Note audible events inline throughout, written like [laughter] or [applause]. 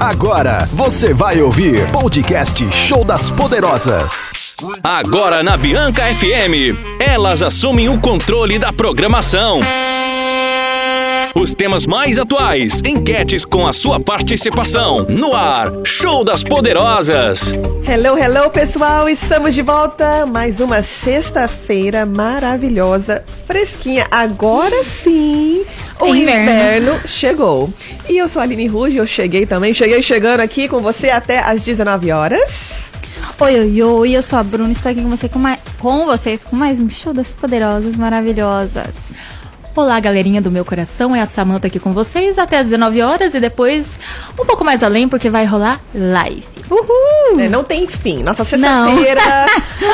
Agora você vai ouvir podcast Show das Poderosas. Agora na Bianca FM, elas assumem o controle da programação. Os temas mais atuais, enquetes com a sua participação. No ar, Show das Poderosas. Hello, hello, pessoal! Estamos de volta. Mais uma sexta-feira maravilhosa, fresquinha. Agora sim, o inverno. Inverno. chegou. E eu sou a Aline Ruge, eu cheguei também. Cheguei chegando aqui com você até às 19 horas. Oi, oi, oi, eu sou a Bruna, estou aqui com, você, com, mais, com vocês com mais um show das poderosas maravilhosas. Olá, galerinha do meu coração, é a Samanta aqui com vocês até às 19 horas e depois um pouco mais além porque vai rolar live. Uhul! É, não tem fim. Nossa sexta-feira,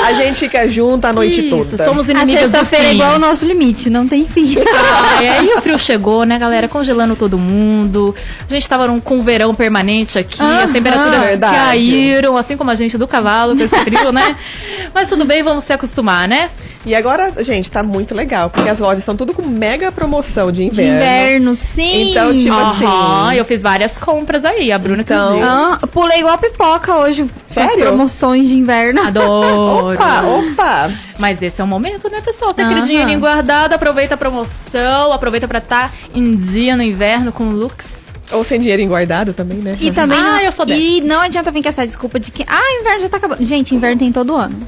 a gente fica junto a noite toda. Isso, tá? somos a inimigos do sexta-feira é fim. né? igual ao nosso limite, não tem [laughs] fim. Ah, é, aí o frio chegou, né, galera? Congelando todo mundo. A gente tava num, com um verão permanente aqui. as Aham. temperaturas Verdade. caíram, assim como a gente do cavalo com esse frio, né? Mas tudo bem, vamos se acostumar, né? E agora, gente, tá muito legal, porque as lojas estão tudo com mega promoção de De inverno. inverno, sim. Então, tipo assim, Aham, eu fiz várias compras aí, a Bruna Então, então, Ah, eu pulei igual a pipoca hoje. com As Sério? promoções de inverno. Adoro. Opa, opa! Mas esse é o momento, né, pessoal? Tem aquele Aham. dinheirinho guardado, aproveita a promoção, aproveita pra estar em dia no inverno com looks. Ou sem dinheiro guardado também, né? E também Ah, não, eu sou dessa. E não adianta vir com essa desculpa de que ah, inverno já tá acabando. Gente, inverno tem todo ano.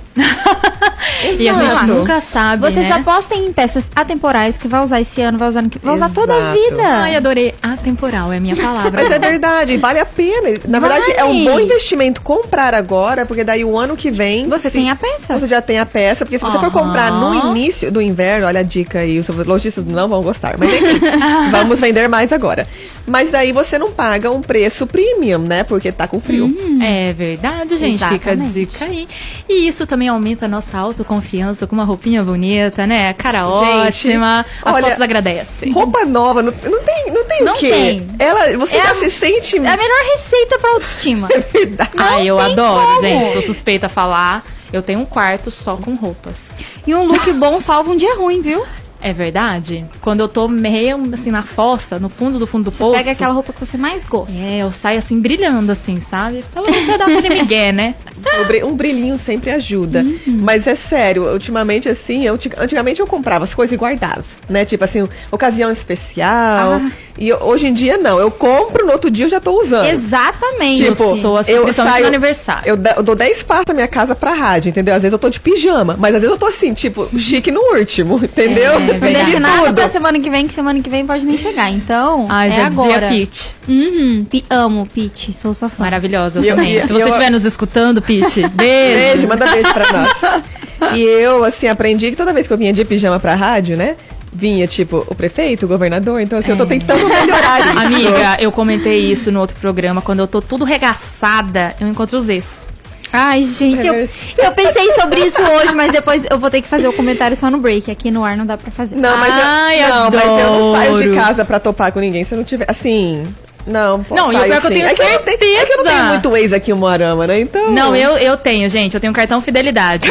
E a Exato. gente nunca sabe, Vocês né? apostem em peças atemporais que vai usar esse ano, vai usar no que vai usar toda a Exato. vida. Ai, adorei. Atemporal é a minha palavra. Mas é verdade, vale a pena. Na verdade, é um Vale. bom investimento comprar agora, porque daí o ano que vem. Você se- tem a peça. É Você já tem a peça, porque se você for Aham. comprar no início do inverno, olha a dica aí, os lojistas não vão gostar, mas [laughs] enfim, vamos vender mais agora. Mas daí você não paga um preço premium, né? Porque tá com frio. Hum, É verdade, gente. Fica a Exatamente. dica aí. E isso também aumenta a nossa autoconfiança com uma roupinha bonita, né? Cara Gente, ótima. As olha, fotos agradecem. Roupa nova, não, não tem, não tem Não o quê? tem. Ela, você É já a- se sente. É a melhor receita pra [laughs] autoestima. É [laughs] verdade. Ai, eu tem adoro, como. gente. Sou suspeita a falar. Eu tenho um quarto só com roupas. E um look bom salva um dia ruim, viu? É verdade? Quando eu tô meio assim na fossa, no fundo do fundo do poço. Pega aquela roupa que você mais gosta. É, eu saio assim brilhando, assim, sabe? Pelo menos pra dar aquele migué, né? O bri- Um brilhinho sempre ajuda. Uhum. Mas é sério, ultimamente assim, eu ti- antigamente eu comprava as coisas e guardava, né? Tipo assim, ocasião especial. Ah. E eu- hoje em dia não, eu compro, no outro dia eu já tô usando. É. Exatamente. Tipo, Sou assim, eu principalmente saio, no aniversário. Eu, da- eu dou 10 passos da minha casa pra rádio, entendeu? Às vezes eu tô de pijama, mas às vezes eu tô assim, tipo, chique no último, entendeu? É, Tem Não verdade. de deixa nada pra tudo. semana que vem, que semana que vem pode nem chegar. Então, Ai, é já agora. dizia Pete. Uhum, pi- amo, Pete. Sou sua fã. Maravilhosa E eu- também. e- Se e você eu- estiver nos [laughs] escutando, Pete, beijo. Beijo, manda beijo pra nós. E eu, assim, aprendi que toda vez que eu vinha de pijama pra rádio, né? Vinha, tipo, o prefeito, o governador. Então, assim, eu tô É. tentando melhorar isso. Amiga, eu comentei isso no outro programa. Quando eu tô tudo regaçada, eu encontro os ex. Ai, gente, eu, eu pensei sobre isso hoje, mas depois eu vou ter que fazer o comentário só no break. Aqui no ar não dá pra fazer. Ah, Não, mas, Ai, eu, não mas eu não saio de adoro. casa pra topar com ninguém. Se eu não tiver. Assim. Não, pô, Não, e o saio pior que eu sim. tenho é que eu não tenho, é que eu não tenho certeza. muito ex aqui em Moarama, né? Então. Não, eu, eu tenho, gente. Eu tenho um cartão fidelidade.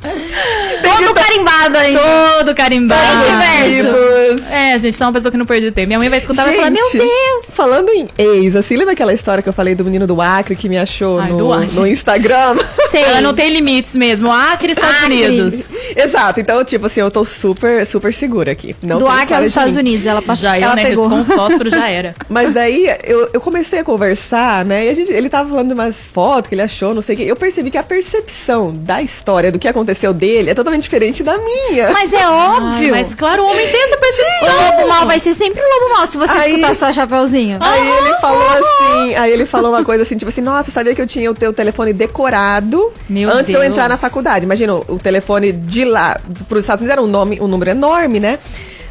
Todo carimbado aí. Todo carimbado. Todo Amigos. É, gente, sou uma pessoa que não perde tempo. Minha mãe vai escutar e vai falar, meu Gente, Deus. Falando em ex, assim, lembra aquela história que eu falei do menino do Acre que me achou Ai, do no, Acre. no Instagram? [laughs] Sei. Ela não tem limites mesmo. Acre, Estados Acre. Unidos. Exato, então, tipo assim, eu tô super, super segura aqui. Não Do tem é Acre história aos de Estados mim. Unidos. Ela, passou, Já eu, ela né? pegou. Com fósforo já era. Mas daí eu, eu comecei a conversar, né? E a gente, ele tava falando de umas fotos que ele achou, não sei o quê. Eu percebi que a percepção da história, do que aconteceu dele, é totalmente diferente da minha. Mas é óbvio. Ai, mas claro, o homem tem essa O percepção. lobo mal vai ser sempre o lobo mal se você Aí- escutar só Chapeuzinho. Aí ele falou assim, aí ele falou uma coisa assim, tipo assim, nossa, sabia que eu tinha o teu telefone decorado Meu antes de eu Deus. entrar na faculdade. Imagina, o telefone de lá para os Estados Unidos era um nome, um número enorme, né?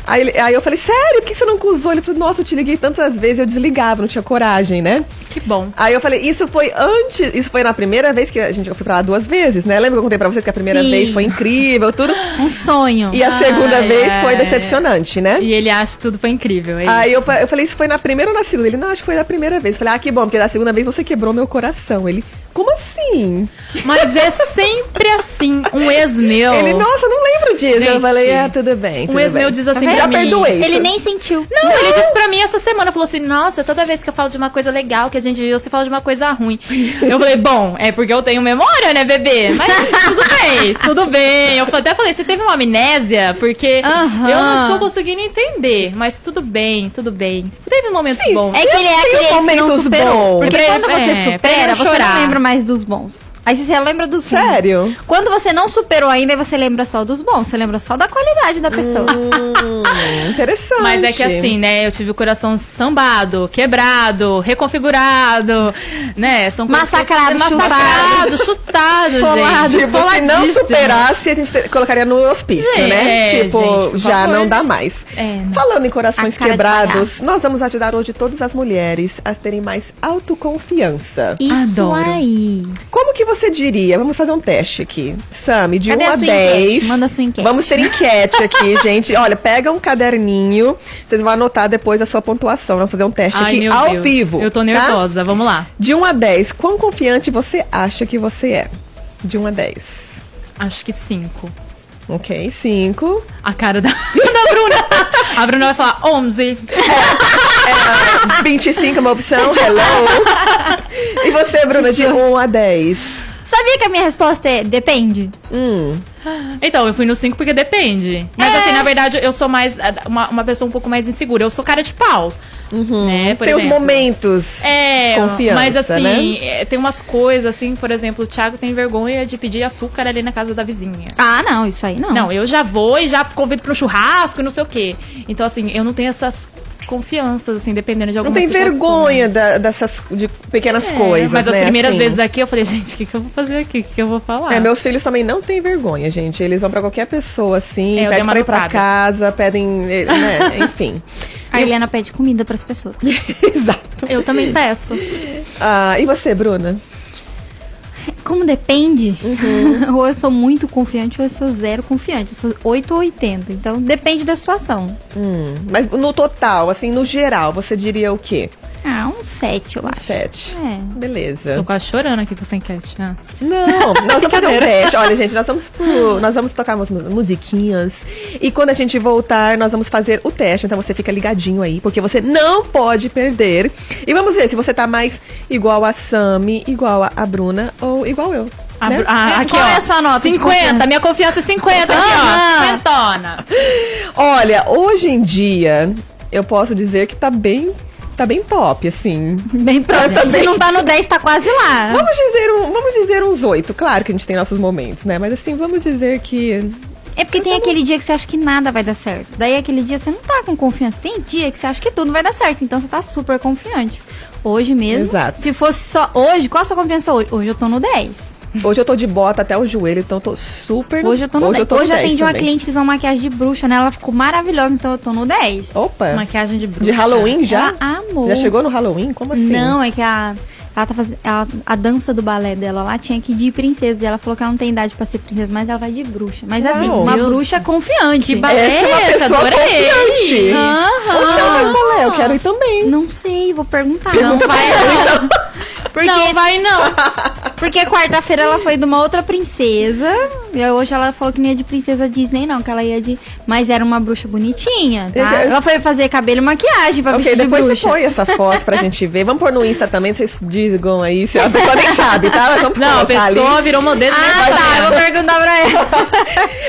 Aí, ele- aí eu falei, sério, por que você nunca usou? Ele falou, nossa, eu te liguei tantas vezes, eu desligava, não tinha coragem, né? Que bom. Aí eu falei, isso foi antes, isso foi na primeira vez que a gente eu fui pra lá duas vezes, né? Lembra que eu contei pra vocês que a primeira Sim. vez foi incrível, tudo. Um sonho. E a segunda Ai, vez foi ai. decepcionante, né? E ele acha que tudo foi incrível. É Aí isso. eu, fa- eu falei, isso foi na primeira ou na segunda? Ele, não, acho que foi na primeira vez. Eu falei, ah, que bom, porque da segunda vez você quebrou meu coração. Ele, como assim? Mas é sempre assim. Um ex meu. Ele, nossa, não é lembro disso. eu Gente, falei, ah, tudo bem. um tudo ex meu bem. diz assim Já pra mim. perdoei. Ele nem sentiu. Não, ele disse pra mim essa semana, falou assim, nossa, toda vez que eu falo de uma coisa legal que a gente viu, você fala de uma coisa ruim. Eu falei, bom, é porque eu tenho memória, né, bebê? Mas tudo bem, tudo bem. Eu até falei, você teve uma amnésia? Porque Aham. eu não estou conseguindo entender, mas tudo bem, tudo bem. Teve momentos bons. É que ele é aquele ex que não momentos superou. bons. Porque É, quando você é, supera, primeiro você não chorar. lembra mais dos bons. Aí você lembra dos ruins. Sério? Quando você não superou ainda, aí você lembra só dos bons. Você lembra só da qualidade da pessoa. Hum, interessante. Mas é que assim, né? Eu tive o coração sambado, quebrado, reconfigurado, né? São coisas que- Massacrado, massacrado, chutado, Esfolado, gente. Tipo, se não esfoladíssimo. superasse, a gente te- colocaria no hospício, É, né? é, Tipo, gente, por já favor, não dá né? mais. É, não. Falando em A corações cara de quebrados, palhaço. nós vamos ajudar hoje todas as mulheres a terem mais autoconfiança. Isso Adoro. aí. Como que você diria? Vamos fazer um teste aqui. Sami, de Cadê 1 a a sua enquete? 10. Manda a sua enquete. Vamos ter enquete aqui, gente. Olha, pega um caderninho. Vocês vão anotar depois a sua pontuação. Vamos fazer um teste Ai, aqui meu ao Deus. vivo. Eu tô tá? nervosa, vamos lá. De 1 a 10, quão confiante você acha que você é? De 1 a 10. Acho que cinco. Ok, [laughs] 5. A cara da, [laughs] da Bruna. A Bruna vai falar 11. 25 é uma opção, hello. [laughs] E você, Bruna, de 1 a 10? Sabia que a minha resposta é depende? Hum, Então, eu fui no 5 porque depende. Mas É. assim, na verdade, eu sou mais. ah, Uma, uma pessoa um pouco mais insegura. Eu sou cara de pau. Né, por Uhum. tem os exemplo. momentos. É, Confiança, mas assim, né? é, tem umas coisas assim, por exemplo, o Thiago tem vergonha de pedir açúcar ali na casa da vizinha. Ah, não, isso aí não. Não, eu já vou e já convido pro churrasco e não sei o quê. Então, assim, eu não tenho essas confianças, assim, dependendo de Não algumas tem situações. vergonha da- dessas de pequenas É, coisas. Mas as né, primeiras assim. vezes é aqui eu falei, [laughs] gente, o que, que eu vou fazer aqui? O que, que eu vou falar? É, meus filhos também não têm vergonha, gente. Eles vão pra qualquer pessoa, assim, É, eu dei pedem uma pra ir pra educada. casa, pedem. eh, [laughs] Né, enfim. A Helena pede comida pras pessoas. [laughs] Exato. Eu também peço. Ah, e você, Bruna? Como depende, Uhum. [laughs] ou eu sou muito confiante ou eu sou zero confiante. Eu sou 8 ou 80. Então depende da situação. Hum, mas no total, assim, no geral, você diria o quê? Ah, um 7, eu acho. Sete. É. Beleza. Tô quase chorando aqui com essa enquete. Né? Ah. [laughs] Não, nós vamos fazer um teste. Olha, gente, nós vamos, pro- nós vamos tocar umas musiquinhas. E quando a gente voltar, nós vamos fazer o teste. Então você fica ligadinho aí, porque você não pode perder. E vamos ver se você tá mais igual a Sami, igual a, a Bruna ou igual eu. A né? Bru- ah, aqui, Qual ó, é a sua nota de 50, confiança? minha confiança é 50 aqui, ó. Aham. Cinquentona. Olha, hoje em dia, eu posso dizer que tá bem, tá bem top, assim. Bem Eu próximo. também. Se não tá no 10, tá quase lá. Vamos dizer, um, vamos dizer uns oito. Claro que a gente tem nossos momentos, né? Mas assim, vamos dizer que É porque tem aquele dia que você acha que nada vai dar certo. Daí aquele dia você não tá com confiança. Tem dia que você acha que tudo vai dar certo. Então você tá super confiante. Hoje mesmo. Exato. Se fosse só hoje, qual a sua confiança hoje? Hoje eu tô no 10. Hoje eu tô de bota até o joelho, então eu tô super. Hoje eu tô no no 10. hoje eu 10 atendi uma também. cliente, fiz uma maquiagem de bruxa nela, ela ficou maravilhosa, então eu tô no 10. Opa! Maquiagem de bruxa. É. De Halloween já? Ela amou. Já chegou no Halloween? Como assim? Não, é que a. Ela tá fazendo. ela- a dança do balé dela lá tinha que ir de princesa. E ela falou que ela não tem idade pra ser princesa, mas ela vai de bruxa. Mas assim, Uau. uma Deus. bruxa confiante. Que balé Essa é uma Essa, pessoa adorei. confiante. Aham. Onde é o meu balé? Eu quero ir também. Não sei, vou perguntar. Não vai não. [laughs] Porque, Não vai não. porque quarta-feira ela foi de uma outra princesa. E hoje ela falou que não ia de princesa Disney, não, que ela ia de. Mas era uma bruxa bonitinha, tá? Eu já- Ela foi fazer cabelo e maquiagem pra Ok, vestir de depois você bruxa. põe essa foto pra gente ver. Vamos pôr no Insta também, vocês digam aí. Se a pessoa nem sabe, tá? Mas Vamos Não, a colocar ali. pessoa virou modelo né? nem Ah, vai tá, eu ver. vou perguntar pra ela.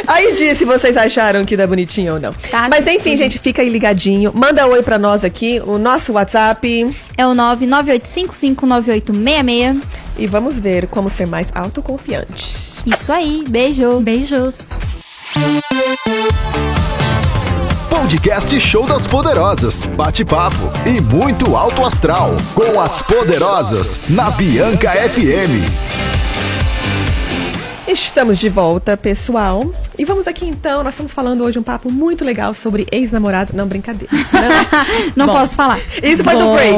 Aí diz se vocês acharam que dá bonitinho ou não. Tá, Mas sim, enfim, sim. gente, fica aí ligadinho. Manda oi pra nós aqui, o nosso WhatsApp. É o 998559866. E vamos ver como ser mais autoconfiante. Isso aí, beijo. Beijos. Podcast Show das Poderosas. Bate-papo e muito alto astral. Com as Poderosas, na Bianca FM. Estamos de volta, pessoal. E vamos aqui então, nós estamos falando hoje um papo muito legal sobre ex-namorado. Não, brincadeira. [laughs] Não posso falar. [laughs] Isso foi no Bom. break.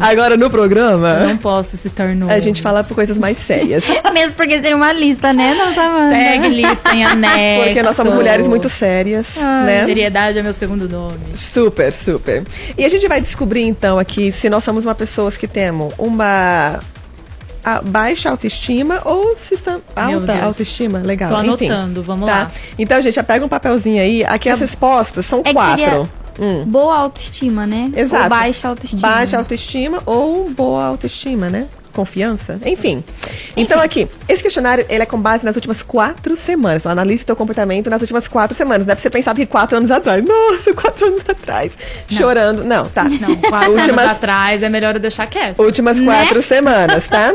Agora no Não programa, posso se tornou. Ah. a gente fala por coisas mais [laughs] sérias. Mesmo porque tem uma lista, né, nossa Amanda? Segue lista em anexo. [laughs] Porque nós somos mulheres muito sérias, né? Seriedade é meu segundo nome. Super, super. E a gente vai descobrir então aqui se nós somos uma pessoas que temos uma a baixa autoestima ou se está Meu alta Deus. autoestima. Legal. Tô Enfim. anotando, vamos Tá? lá. Então, gente, já pega um papelzinho aí. Aqui as respostas são É que quatro. seria boa autoestima, né? Exato. Ou baixa autoestima. Baixa autoestima ou boa autoestima, né? Confiança, enfim. Então aqui, esse questionário ele é com base nas últimas quatro semanas. Então, analise o teu comportamento nas últimas quatro semanas. Não é pra você pensar que quatro anos atrás. Nossa, quatro anos atrás. Chorando. Não, tá. [laughs] Não, quatro Últimas- anos atrás é melhor eu deixar quieto. Últimas quatro semanas, tá?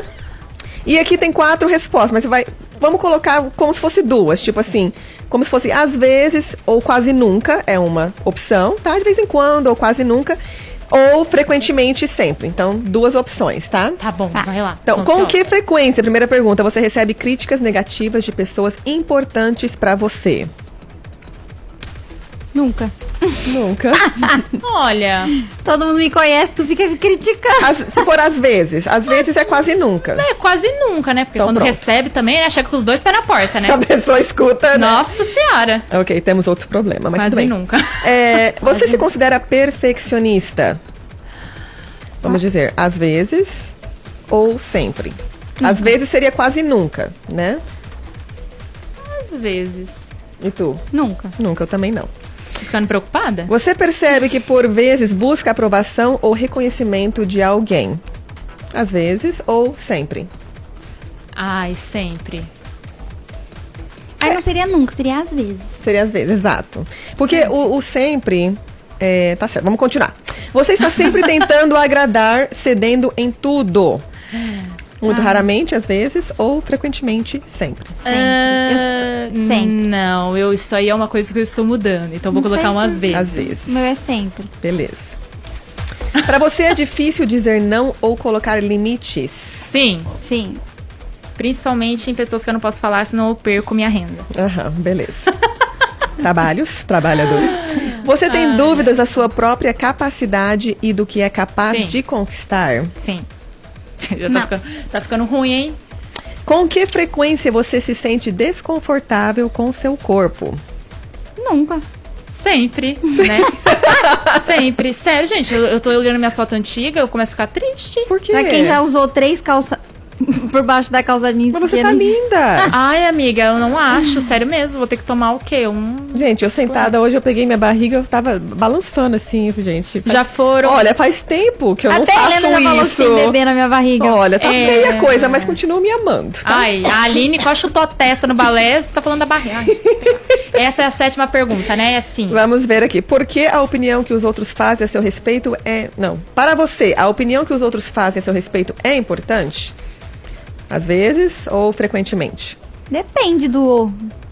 E aqui tem quatro respostas, mas você vai. Vamos colocar como se fosse duas, tipo assim, como se fosse às vezes ou quase nunca é uma opção, tá? De vez em quando ou quase nunca, ou frequentemente e sempre. Então, duas opções, tá? Tá bom, Tá. vai lá. Então, Tô com ansiosa. que frequência, primeira pergunta, você recebe críticas negativas de pessoas importantes pra você? Nunca. Nunca. Olha, Todo mundo me conhece, tu fica me criticando. As- se for às vezes, às vezes é quase nunca. é quase nunca, né? Porque Então quando pronto. recebe também, né? Chega com os dois pés na porta, né? A pessoa escuta, né? Nossa senhora. Ok, temos outro problema, mas Quase tudo bem. nunca. [laughs] É, você se considera perfeccionista? Ah. Vamos dizer, às vezes ou sempre. Uhum. Às vezes seria quase nunca, né? Às vezes. E tu? Nunca. Nunca, eu também não. Ficando preocupada? Você percebe que por vezes busca aprovação ou reconhecimento de alguém? Às vezes ou sempre. Ai, sempre. Aí não seria nunca, seria às vezes. Seria às vezes, exato. Porque o, o sempre. é, tá certo, vamos continuar. Você está sempre tentando agradar, cedendo em tudo. Muito raramente, às vezes, ou frequentemente, sempre. Ah, Sempre. hum. Eu s- sempre. Não, eu, isso aí é uma coisa que eu estou mudando. Então vou Não colocar sei umas por vezes. Às vezes. O meu é sempre. Beleza. Pra você é difícil dizer não ou colocar limites. Sim. Sim. Principalmente em pessoas que eu não posso falar, senão eu perco minha renda. Aham, beleza. Trabalhos, trabalhadores. Você tem dúvidas da sua própria capacidade e do que é capaz Sim. de conquistar? Sim. [laughs] Já tá Não. ficando, tá ficando ruim, hein? Com que frequência você se sente desconfortável com seu corpo? Nunca. Sempre, [laughs] né? Sempre. Sério, gente, eu, eu tô olhando minhas fotos antigas, eu começo a ficar triste. Por quê? Pra quem já usou três calças [laughs] por baixo da calçadinha. é? Mas você tá [laughs] linda! Ai, amiga, eu não acho, sério mesmo. Vou ter que tomar o quê? Um. Gente, eu sentada hoje, eu peguei minha barriga, eu tava balançando assim, gente. Faz- Já foram. Olha, faz tempo que eu não Até a faço Helena já falou isso. assim, bebê na minha barriga. Olha, tá É. feia a coisa, mas continuo me amando. tá? Ai, a Aline quase chutou a testa no balé, você tá falando da [laughs] barriga. Ai, sei lá. Essa é a sétima pergunta, né? É assim. Vamos ver aqui. Por que a opinião que os outros fazem a seu respeito é. Não. Para você, a opinião que os outros fazem a seu respeito é importante? Às vezes ou frequentemente? Depende do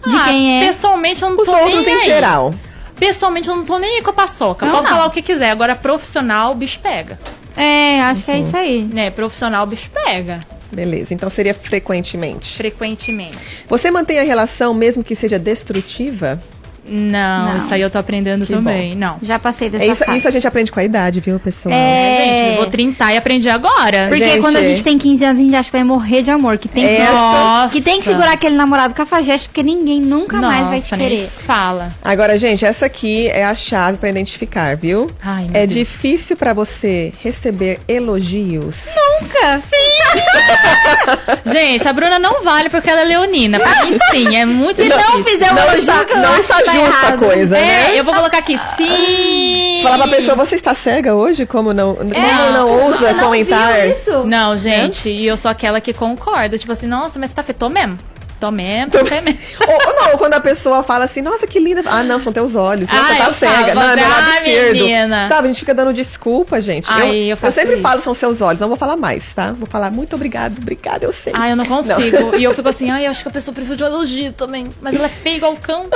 de Ah, quem é. Pessoalmente eu não Os tô outros nem em aí. geral. Pessoalmente eu não tô nem aí com a paçoca. Eu Pode não. falar o que quiser. Agora, profissional, o bicho pega. É, acho que é isso aí. Né? Profissional, o bicho pega. Beleza, então seria frequentemente. Frequentemente. Você mantém a relação mesmo que seja destrutiva? Não, Não. isso aí eu tô aprendendo Que também. Não. Né, Já passei dessa É isso, fase. isso a gente aprende com a idade, viu, pessoal? É. Gente, eu vou 30 e aprendi agora. Porque Gente. quando a gente tem 15 anos, a gente acha que vai morrer de amor. Que tem que, Essa- Nossa. que, tem que segurar aquele namorado cafajeste, porque ninguém nunca mais vai te Nossa, nem querer. Fala. Agora, gente, essa aqui é a chave pra identificar, viu? Ai, meu é Deus. difícil pra você receber elogios. Nunca? Gente, a Bruna não vale porque ela é leonina. Pra mim, sim, é muito Se difícil. não fizer um Não elogio, está, que eu não acho está que tá justa a errado. coisa, né? É, eu vou colocar aqui, sim. Falar pra pessoa, você está cega hoje? Como não, como Não. não ousa Eu não comentar? vi isso. Não, né? gente, e eu sou aquela que concorda. Tipo assim, nossa, mas tá feio. Tô mesmo. Tô mesmo, tô, Tô- mesmo. ou, ou não, quando a pessoa fala assim, nossa, que linda. Ah, não, são teus olhos. Nossa, Ah, tá eu cega. falo, Não, é meu lado ah, esquerdo. menina. Sabe, a gente fica dando desculpa, gente. Ai, eu faço sempre isso. falo, são seus olhos. Não vou falar mais, tá? Vou falar, muito obrigado, obrigada, eu sei. Ai, Ah, eu [laughs] não consigo. E eu fico assim, ai, eu acho que a pessoa precisa de um elogio também. Mas ela é feia igual o cão.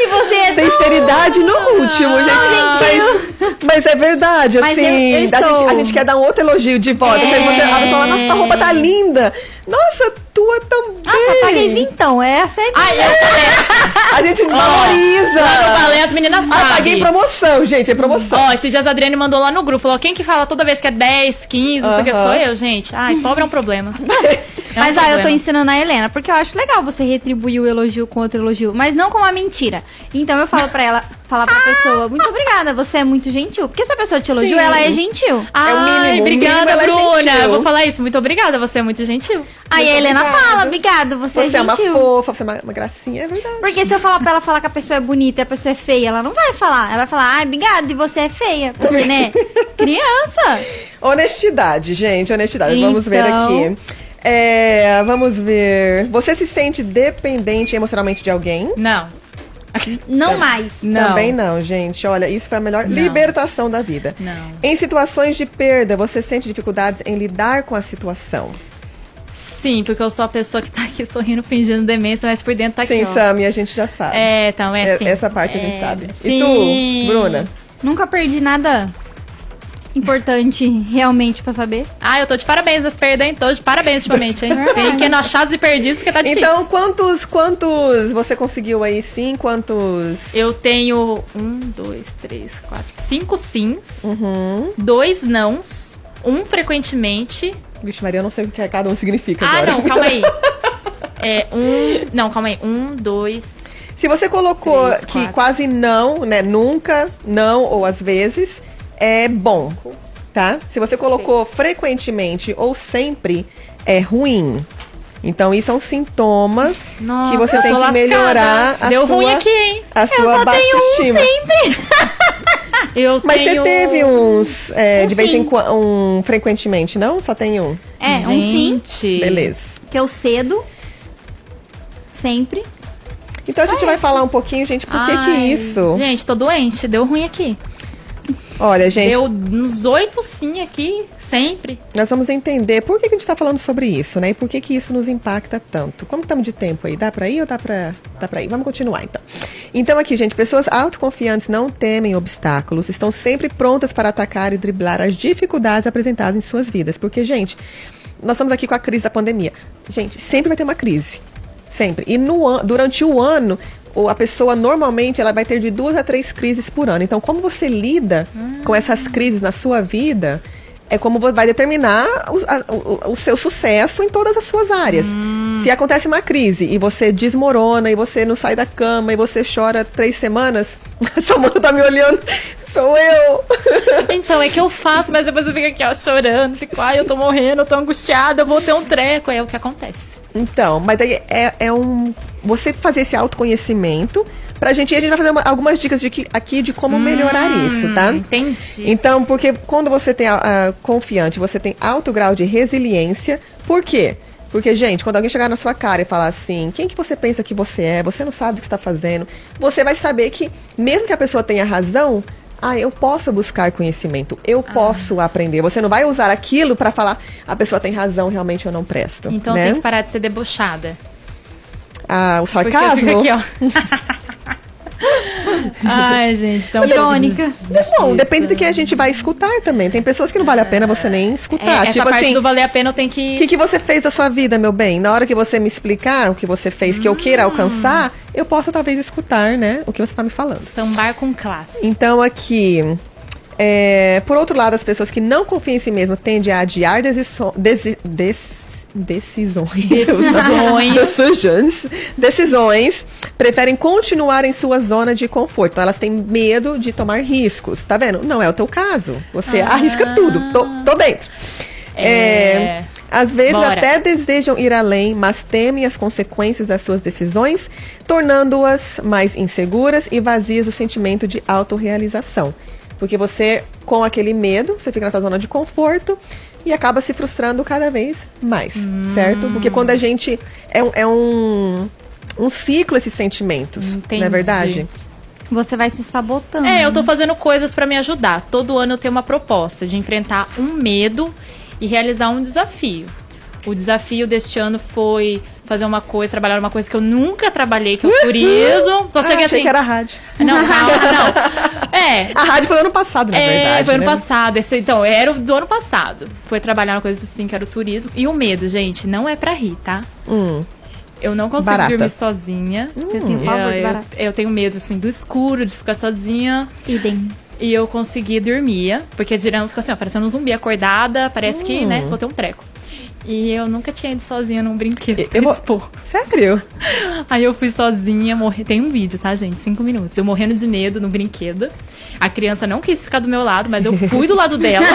E você é tão- Sinceridade no último, gente. gentil. Mas, mas é verdade, Mas assim. eu- a, eu estou- gente, a gente quer dar um outro elogio de volta. É. Aí você- a pessoa fala, nossa, tua roupa tá linda. Nossa, tua também. Nossa, eu paguei vintão. Essa Ah, é Ai, eu A gente se desvaloriza. lá no balé as meninas Ah, paguei em sabem. promoção, gente, é promoção. Ó, esses dias a Adriane mandou lá no grupo, falou, quem que fala toda vez que é 10, 15, não sei o que, Aham. sou eu, gente. Ai, pobre é um [laughs] problema. É um Mas ah, eu tô problema. ensinando a Helena, porque eu acho legal você retribuir o elogio com outro elogio, mas não com uma mentira. Então eu falo pra ela, falar pra pessoa, muito obrigada, você é muito gentil. Porque se a pessoa te elogiou, Sim. Ah, ela é gentil. Ai, o mínimo, o obrigada, mínimo ela é Bruna. gentil. Eu vou falar isso. Muito obrigada, você é muito gentil. Aí a Helena fala, obrigada, você, Você é é uma gentil. fofa, você é uma, uma gracinha, é verdade. Porque se eu falar pra ela falar que a pessoa é bonita e a pessoa é feia, ela não vai falar. Ela vai falar, ai, obrigada, e você é feia. Porque, né? [laughs] Criança. Honestidade, gente, honestidade. Vamos ver Então. aqui. É, vamos ver. Você se sente dependente emocionalmente de alguém? Não. Não É, mais. Não. Também não, gente. Olha, isso foi a melhor libertação da vida. Não. Em situações de perda, você sente dificuldades em lidar com a situação? Sim, porque eu sou a pessoa que tá aqui sorrindo, fingindo demência, mas por dentro tá Sim, aqui. ó. Sam, e a gente já sabe. É, então, é É, assim. Essa parte a gente É, sabe. Sim. E tu, Bruna? Nunca perdi nada importante [laughs] realmente pra saber. Ah, eu tô de parabéns das perdas, hein? Tô de parabéns [laughs] ultimamente, hein? Tem que ir no achados e perdidos porque tá difícil. Então, quantos, quantos você conseguiu aí sim? Quantos? Eu tenho um, dois, três, quatro, cinco sims, Uhum. dois nãos, um frequentemente. Vixe, Maria, eu não sei o que cada um significa Ah, agora. não, calma [laughs] aí. É, um. Não, calma aí. Um, dois. Se você colocou Três, que quatro. quase não, né? Nunca, não ou às vezes, é bom, tá? Se você colocou frequentemente ou sempre, é ruim. Então isso é um sintoma Nossa, que você eu tem tô que lascada. melhorar a Deu sua ruim aqui, hein? a sua só tenho um autoestima. Eu Mas você tenho... teve uns é, Um de vez sim. em quando, um frequentemente, não? Só tem um. É, um sim, Gente. Beleza. que eu cedo. Sempre. Então a gente vai falar um pouquinho, gente, por que que Ai, isso? Gente, tô doente. Deu ruim aqui. Olha, gente, Deu uns oito sim aqui, sempre. [laughs] nós vamos entender por que, que a gente tá falando sobre isso, né? E por que que isso nos impacta tanto. Como estamos de tempo aí? Dá pra ir ou dá pra, dá pra ir? Vamos continuar, então. Então aqui, gente, pessoas autoconfiantes não temem obstáculos, estão sempre prontas para atacar e driblar as dificuldades apresentadas em suas vidas. Porque, gente, nós estamos aqui com a crise da pandemia. Gente, sempre vai ter uma crise. Sempre. E no an- durante o ano, o- a pessoa normalmente ela vai ter de duas a três crises por ano. Então, como você lida com essas crises na sua vida é como vo- vai determinar o, a- o- o seu sucesso em todas as suas áreas. Se acontece uma crise e você desmorona, e você não sai da cama, e você chora três semanas, [laughs] a Samanta tá me olhando, sou eu. [laughs] Então, é que eu faço, mas depois eu fico aqui, ó, chorando. Fico, ai, eu tô morrendo, eu tô angustiada, eu vou ter um treco. É o que acontece. Então, mas daí é, é um. Você fazer esse autoconhecimento pra gente. E a gente vai fazer uma- algumas dicas de que- aqui de como melhorar isso, tá? Hum, Entendi. Então, porque quando você tem a, a confiante, você tem alto grau de resiliência. Por quê? Porque, gente, quando alguém chegar na sua cara e falar assim, quem que você pensa que você é? Você não sabe o que está fazendo. Você vai saber que, mesmo que a pessoa tenha razão, ah, eu posso buscar conhecimento, eu Ah. posso aprender. Você não vai usar aquilo para falar, a pessoa tem razão, realmente eu não presto. Então né? eu tenho que parar de ser debochada. Ah, o Porque eu fico sarcasmo? aqui, ó. [laughs] Ai, gente, É então são um Irônica. Bom, depende do que a gente vai escutar também. Tem pessoas que não vale a pena você nem É, escutar. essa tipo parte assim, do o valer a pena eu tenho que. que, que você fez da sua vida, meu bem? Na hora que você me explicar o que você fez, que eu Hum. queira alcançar, eu possa talvez escutar, né? O que você tá me falando. Sambar com classe. Então aqui. é, por outro lado, as pessoas que não confiam em si mesmas tendem a adiar desisso- desi- des- decisões. Decisões. [laughs] Decisões. Decisões. Preferem continuar em sua zona de conforto. Então, elas têm medo de tomar riscos. Tá vendo? Não é o teu caso. Você arrisca tudo. Tô, tô dentro. Ah. É. É, às vezes Bora. até desejam ir além, mas temem as consequências das suas decisões, tornando-as mais inseguras e vazias do sentimento de autorrealização. Porque você, com aquele medo, você fica na sua zona de conforto e acaba se frustrando cada vez mais, Hum. certo? Porque quando a gente. É um, é um, um ciclo esses sentimentos, não é Entendi. verdade? Você vai se sabotando. Então. É, eu tô fazendo coisas pra me ajudar. Todo ano eu tenho uma proposta de enfrentar um medo e realizar um desafio. O desafio deste ano foi fazer uma coisa, trabalhar uma coisa que eu nunca trabalhei, que é o turismo. Só Ah, achei cheguei assim. que era a rádio. Não, calma, [laughs] não. É, A rádio foi ano passado, na é, verdade. foi ano né? passado. Esse, então, era o do ano passado. Foi trabalhar uma coisa assim, que era o turismo. E o medo, gente, não é pra rir, tá? Hum. Eu não consigo Barata. Hum, dormir sozinha. Eu tenho pavor de eu, barato. eu tenho medo, assim, do escuro, de ficar sozinha. Idem. E eu Hum. consegui dormir. Porque girando fica assim, ó, parecendo um zumbi acordada. Parece que, né, vou ter um treco. E eu nunca tinha ido sozinha num brinquedo. Eu vou- Expo. Sério? Aí eu fui sozinha, morrer. Tem um vídeo, tá, gente? Cinco minutos. Eu morrendo de medo no brinquedo. A criança não quis ficar do meu lado, mas eu fui do [laughs] lado dela.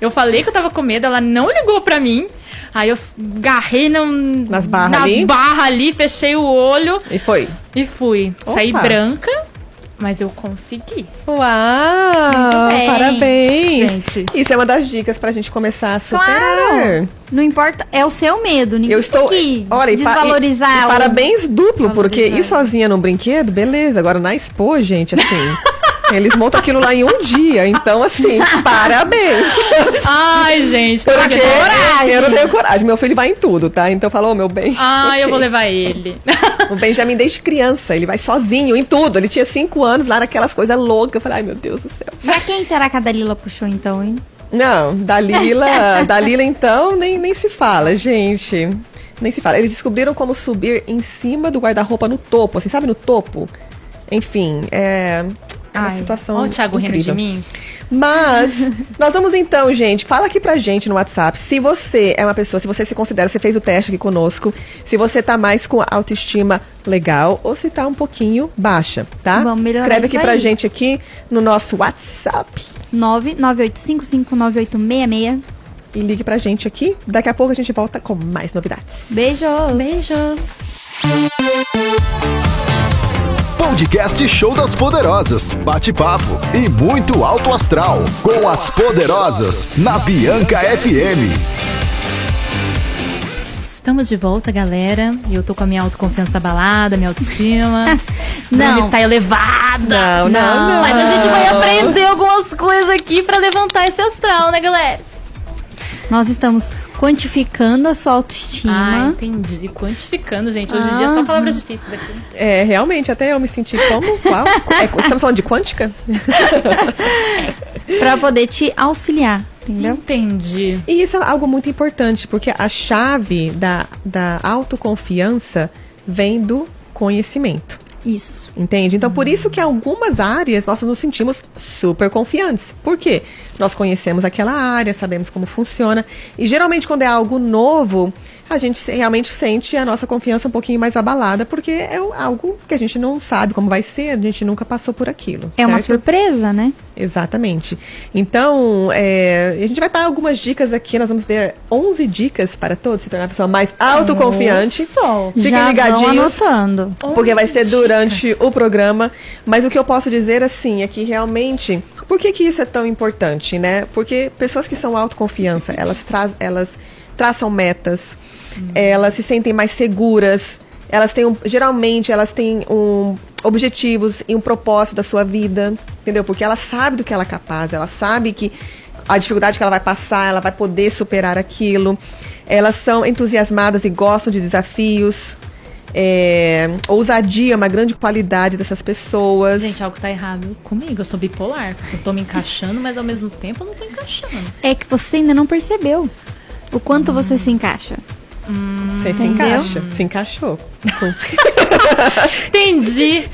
Eu falei que eu tava com medo, ela não ligou pra mim. Aí eu garrei na, Nas barras na ali? barra ali, fechei o olho E foi. e fui. Saí Opa. branca, mas eu consegui. Uau! Muito bem. Parabéns! Gente. Isso é uma das dicas pra gente começar a superar. Claro! Não importa, é o seu medo. Ninguém Eu estou. tem que Olha, e pa- e- desvalorizar. e o- parabéns duplo, porque ir Valorizar. sozinha num brinquedo, beleza. Agora na Expo, gente, [laughs] assim. eles montam aquilo lá em um dia. Então, assim, parabéns. [laughs] Ai, gente, é Porque porque- eu não tenho coragem. Meu filho vai em tudo, tá? Então falou, meu bem. Ah. Ai, eu ok. vou levar ele. O Benjamin desde criança, ele vai sozinho em tudo. Ele tinha cinco anos lá naquelas coisas loucas. Eu falei, ai meu Deus do céu. Pra quem será que a Dalila puxou então, hein? Não, Dalila, [laughs] Dalila então, nem, nem se fala, gente. Nem se fala. Eles descobriram como subir em cima do guarda-roupa no topo, assim, sabe, no topo? Enfim, é. é uma Ai, situação. Olha o Thiago rindo de incrível. mim. [laughs] Mas, nós vamos então, gente, fala aqui pra gente no WhatsApp se você é uma pessoa, se você se considera, você fez o teste aqui conosco, se você tá mais com a autoestima legal ou se tá um pouquinho baixa, tá? Vamos melhorar Escreve isso aqui pra aí. gente aqui no nosso WhatsApp. 998559866. E ligue pra gente aqui. Daqui a pouco a gente volta com mais novidades. Beijo! Beijo! Podcast Show das Poderosas. Bate-papo e muito alto astral. Com as Poderosas, na Bianca FM. Estamos de volta, galera. E eu tô com a minha autoconfiança abalada, minha autoestima. [laughs] Não. está elevada. Não, não, Não, não. Mas a gente vai aprender algumas coisas aqui pra levantar esse astral, né, galera? Nós estamos quantificando a sua Ah, autoestima. entendi. Quantificando, gente. Hoje em dia é só Aham. palavras difíceis aqui. É, realmente, até eu me senti como? Qual? É, estamos falando de quântica? Pra poder te auxiliar, Hum. entendeu? Entendi. E isso é algo muito importante, porque a chave da, da autoconfiança vem do conhecimento. Isso. Entende? Então, por isso que em algumas áreas nós nos sentimos super confiantes. Por quê? Nós conhecemos aquela área, sabemos como funciona. E geralmente, quando é algo novo, a gente se- realmente sente a nossa confiança um pouquinho mais abalada, porque é o- algo que a gente não sabe como vai ser, a gente nunca passou por aquilo. É uma certo? surpresa, né? Exatamente. Então, é, a gente vai dar algumas dicas aqui. Nós vamos ter 11 dicas para todos se tornar a pessoa mais autoconfiante. Nossa. Fiquem Já vão ligadinhos. anotando. Porque vai ser durante o programa. Mas o que eu posso dizer, assim, é que realmente... Por que, que isso é tão importante, né? Porque pessoas que são autoconfiança, elas, tra elas traçam metas, elas se sentem mais seguras, elas têm um, geralmente elas têm um objetivos e um propósito da sua vida, entendeu? Porque ela sabe do que ela é capaz, ela sabe que a dificuldade que ela vai passar, ela vai poder superar aquilo. Elas são entusiasmadas e gostam de desafios. É, ousadia é uma grande qualidade dessas pessoas. Gente, algo tá errado comigo. Eu sou bipolar. Eu tô me encaixando, mas ao mesmo tempo eu não tô encaixando. É que você ainda não percebeu o quanto você se encaixa. Você se Entendeu? encaixa, se encaixou. Entendi.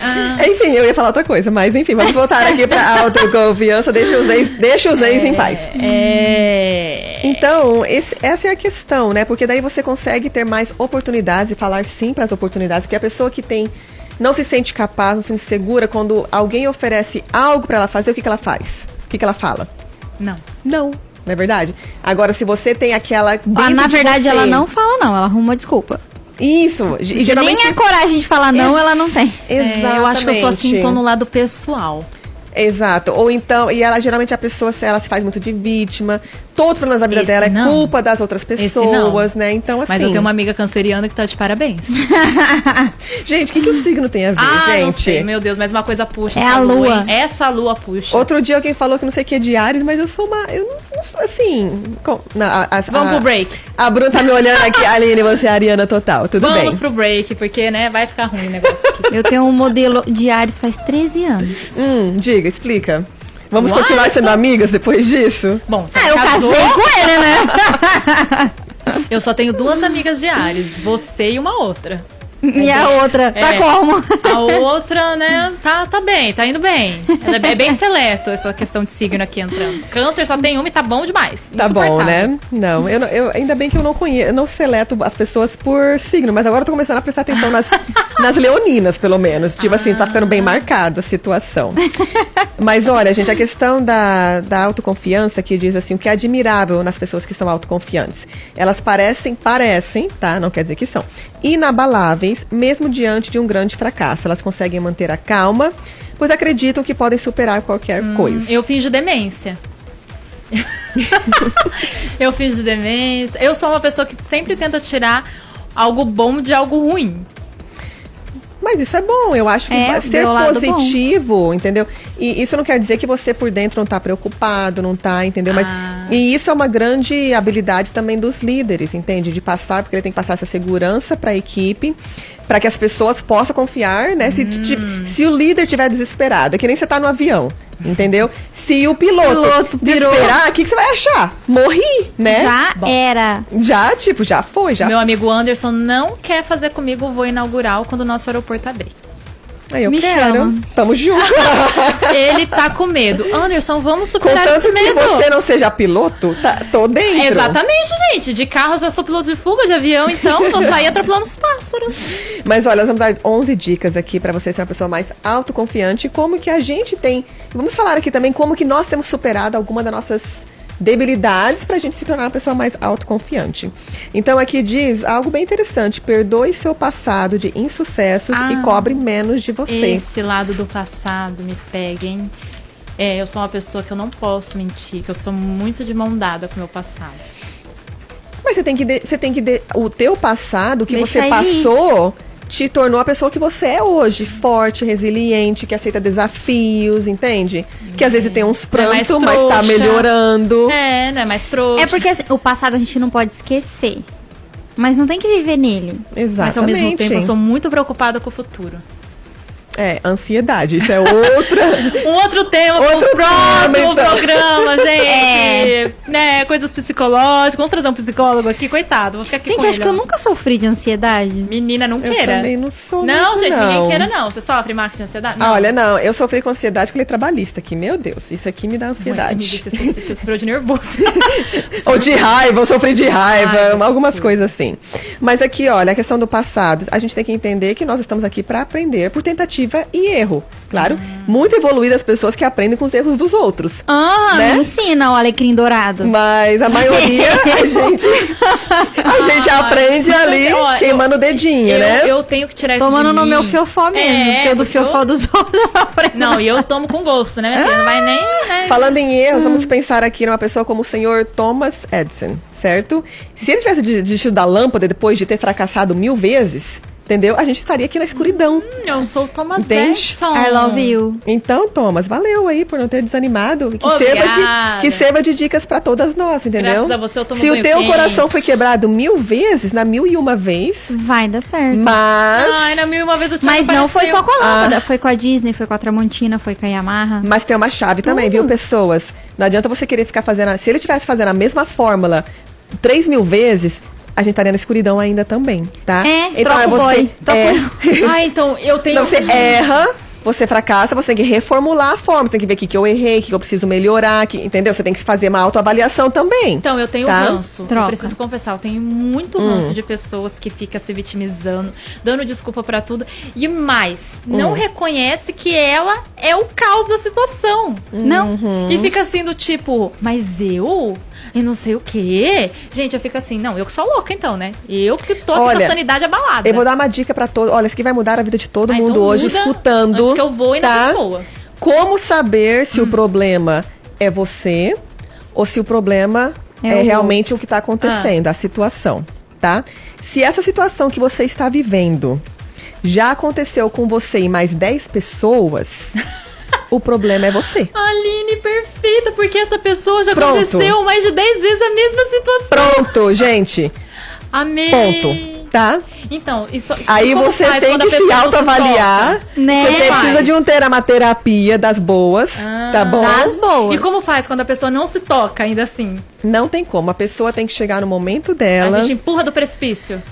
Ah. [laughs] Enfim, eu ia falar outra coisa, mas enfim, vamos voltar aqui pra autoconfiança. Deixa os ex, deixa os ex em paz. É. Então, esse- essa é a questão, né? Porque daí você consegue ter mais oportunidades e falar sim para as oportunidades. Porque a pessoa que tem não se sente capaz, não se sente segura, quando alguém oferece algo para ela fazer, o que, que ela faz? O que, que ela fala? Não. Não. Não é verdade? Agora, se você tem aquela. Ah, dentro na de verdade, você- ela não fala, não. Ela arruma desculpa. Isso. ge- E geralmente. Nem a coragem de falar não, ela não tem. Exatamente. É, eu acho que eu sou assim, tô no lado pessoal. Exato. Ou então, e ela geralmente a pessoa ela se faz muito de vítima. Todo problema da vida Esse dela não. é culpa das outras não. pessoas, né? Então, assim. Mas eu tenho uma amiga canceriana que tá de parabéns. Gente, o que, que o signo tem a ver, ah, gente? não sei, meu Deus, mas uma coisa puxa. É essa a lua. hein? Essa lua puxa. Outro dia alguém falou que não sei o que é de Ares, mas eu sou uma. Eu não, não sou assim. com- não, a- a- Vamos a- pro break. A Bruna tá me olhando aqui. Aline, você é ariana total. Tudo Vamos bem. pro break, porque, né, vai ficar ruim o [laughs] negócio aqui. Eu tenho um modelo de Ares faz 13 anos. Hum, diga, explica. Vamos Uai, continuar eu sendo amigas depois disso? Bom, você Ah, eu casou, casei com ele, né? eu só tenho duas amigas de Ares, você e uma outra. [laughs] E a outra, tá É. como? A outra, né, tá, tá bem, tá indo bem. Ela é bem seleto essa questão de signo aqui entrando. Câncer só tem uma e tá bom demais. Tá bom, Insuportável. né? Não, eu, não- eu- ainda bem que eu não conheço, eu não seleto as pessoas por signo, mas agora eu tô começando a prestar atenção nas, nas leoninas, pelo menos. Tipo assim, tá ficando bem marcada a situação. mas olha, gente, a questão da, da autoconfiança que diz assim, o que é admirável nas pessoas que são autoconfiantes. Elas parecem, parecem, tá? Não quer dizer que são. Inabaláveis, mesmo diante de um grande fracasso. Elas conseguem manter a calma, pois acreditam que podem superar qualquer coisa. Eu finjo demência. [laughs] eu finjo demência. Eu sou uma pessoa que sempre tenta tirar algo bom de algo ruim. Mas isso é bom, eu acho que É, vai ser deu o lado positivo, entendeu? E isso não quer dizer que você por dentro não tá preocupado, não tá, entendeu? Mas Ah. e isso é uma grande habilidade também dos líderes, entende? De passar, porque ele tem que passar essa segurança para a equipe, para que as pessoas possam confiar, né? Se, Hum. ti- se o líder tiver desesperado, é que nem você tá no avião. Entendeu? Se o piloto, Piloto pirou. desesperar, o que, que você vai achar? Morri, né? Já Bom. era. Já, tipo, já foi, já. Meu amigo Anderson não quer fazer comigo o voo inaugural quando o nosso aeroporto abrir. Aí eu me quero. chama. Tamo [laughs] junto. Ele tá com medo. Anderson, vamos superar Contanto esse que medo. você não seja piloto, tá, tô dentro. Exatamente, gente. De carros eu sou piloto de fuga, de avião, então vou sair atropelando os pássaros. Mas olha, nós vamos dar 11 dicas aqui pra você ser uma pessoa mais autoconfiante. e Como que a gente tem... Vamos falar aqui também como que nós temos superado alguma das nossas debilidades pra gente se tornar uma pessoa mais autoconfiante. Então aqui diz algo bem interessante. Perdoe seu passado de insucessos Ah. e cobre menos de você. Esse lado do passado me pega, hein? É, eu sou uma pessoa que eu não posso mentir, que eu sou muito de mão dada com o meu passado. Mas você tem que. de- você tem que de- o teu passado, o que Deixa você ele passou, te tornou a pessoa que você é hoje. Forte, resiliente, que aceita desafios, entende? Que às vezes tem uns É mais prantos, mas tá trouxa. melhorando. É, não é mais trouxa. É porque assim, o passado a gente não pode esquecer. Mas não tem que viver nele. Exatamente. Mas ao mesmo tempo eu sou um- muito preocupada com o futuro. É, ansiedade. Isso é [laughs] outra. Um outro tema Outro pro próximo tema, então. [laughs] programa, gente. É. Né, coisas psicológicas. Vamos trazer um psicólogo aqui, coitado. Vou ficar aqui Gente, com acho ele, né? que eu ó. nunca sofri de ansiedade. Menina, não eu queira. também não sou. Não, muito, gente, não. ninguém queira, não. Você sofre marketing de ansiedade? Ah, olha, não, eu sofri com ansiedade com lei trabalhista aqui. Meu Deus, isso aqui me dá é ansiedade. Você, sofreu- você sofreu [laughs] de nervoso. Ou de raiva, eu sofri de raiva, Ai, essas algumas coisas. coisas assim. Mas aqui, olha, a questão do passado, a gente tem que entender que nós estamos aqui para aprender por tentativa e erro. Claro, Ah. muito evoluídas as pessoas que aprendem com os erros dos outros. Ah, Né? me ensina o alecrim dourado. Mas a [laughs] maioria, a gente, a gente Ah, aprende mas ali assim, ó, queimando o dedinho, eu, né? eu tenho que tirar isso Tomando de no mim. meu fiofó mesmo. É, porque o do porque eu- fiofó dos [laughs] outros eu aprendo. Não, e eu tomo com gosto, né, minha filha? Não vai nem... Né? Falando em erros, vamos pensar aqui numa pessoa como o senhor Thomas Edison, certo? Se ele tivesse de- desistido da lâmpada depois de ter fracassado mil vezes, entendeu? A gente estaria aqui na escuridão. Hum, Eu sou o Thomas Entende? Edison. I love you. Então, Thomas, valeu aí por não ter desanimado. E Que Obrigada. sirva de, que sirva de dicas pra todas nós, entendeu? Graças a você, eu tomo Se o banho teu quente. coração foi quebrado mil vezes, na mil e uma vez, Vai dar certo. mas. Ai, na mil uma vez eu te Mas não foi só com a Ah. lâmpada. Foi com a Disney, foi com a Tramontina, foi com a Yamaha. Mas tem uma chave também, viu, pessoas? Não adianta você querer ficar fazendo. a- Se ele tivesse fazendo a mesma fórmula três mil vezes, a gente estaria na escuridão ainda também, tá? É, troca o boi, troca é, Ah, então, eu tenho... Então você Gente, erra, você fracassa, você tem que reformular a forma, tem que ver o que, que eu errei, o que, que eu preciso melhorar, que, entendeu? Você tem que fazer uma autoavaliação também. Então, eu tenho Tá? Hum. ranço. Eu Troca. preciso confessar, eu tenho muito ranço de pessoas que fica se vitimizando, dando desculpa pra tudo. E mais, Hum. não reconhece que ela é o caos da situação. Não? E Uhum. fica assim do tipo, mas eu? E não sei o quê. Gente, eu fico assim, não, eu que sou louca então, né? Eu que tô aqui com Olha, a sanidade abalada. Eu vou dar uma dica pra todo. Olha, isso aqui vai mudar a vida de todo Ah, mundo então hoje, muda escutando. antes que eu vou e na tá? pessoa. Hum. Como saber se o problema é você ou se o problema É é, o realmente o que está acontecendo, Ah. a situação, tá? Se essa situação que você está vivendo já aconteceu com você e mais 10 [laughs] pessoas, o problema é você. Aline, perfeita, porque essa pessoa já Pronto. aconteceu mais de 10 vezes a mesma situação. Pronto, gente. Amei. Ponto. Tá? Então, isso Aí como você faz tem quando a que se pessoa não autoavaliar. toca? Né? Você precisa Faz. Ah. de um ter uma terapia das boas, tá bom? Das boas. E como faz quando a pessoa não se toca ainda assim? Não tem como. A pessoa tem que chegar no momento A dela. [laughs] gente empurra do precipício.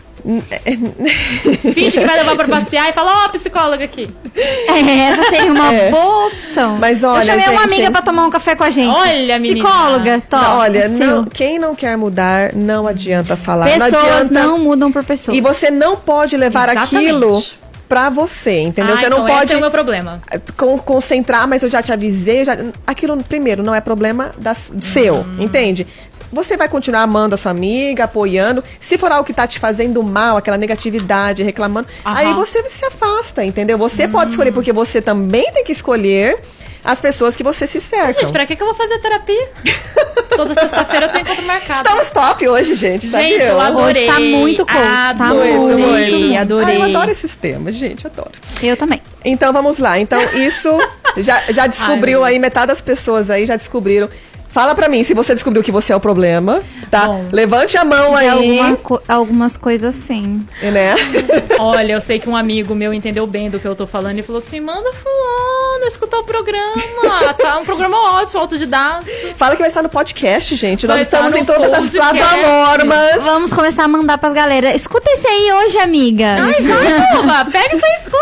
Finge que vai levar pra passear e fala, ó, psicóloga aqui. [laughs] É, essa seria uma É. boa opção. Mas olha, Eu chamei uma gente, amiga pra tomar um café com a gente. Olha, menina. Psicóloga, Não, top. olha, seu. não- quem não quer mudar, não adianta falar. não Pessoas adianta não mudam por pessoas. E você não pode levar Exatamente. aquilo pra você, entendeu? Ah, você não então pode Ah, Esse é o meu problema. con- concentrar, mas eu já te avisei. eu já- Aquilo, primeiro, não é problema da su- seu, Uhum. entende? Você vai continuar amando a sua amiga, apoiando. Se for algo que tá te fazendo mal, aquela negatividade, reclamando, Aham. Hum. aí você se afasta, entendeu? Você pode escolher, porque você também tem que escolher as pessoas que você se cerca. Gente, pra que, que eu vou fazer [laughs] terapia? Toda sexta-feira eu tenho encontro marcado. Estamos top hoje, gente. sabe? Gente, eu adorei. Hoje tá muito coach, tá Adorei, muito, adorei. muito. Ah, eu adoro esses temas, gente, adoro. Eu também. Então vamos lá. [laughs] Então isso já, já descobriu meu aí Deus. metade das pessoas aí já descobriram. Fala pra mim se você descobriu que você é o problema, tá? Bom. Levante a mão E aí, alguma co- algumas coisas sim. né? [laughs] Olha, eu sei que um amigo meu entendeu bem do que eu tô falando e falou assim: manda fulano escutar o programa. Tá um programa ótimo, autodidata. Fala que vai estar no podcast, gente. Nós Vai estar estamos no em todas as podcast. plataformas. Vamos começar a mandar pras galera. Escuta esse aí hoje, amiga. Mas não, Tuba, pega essa escuta.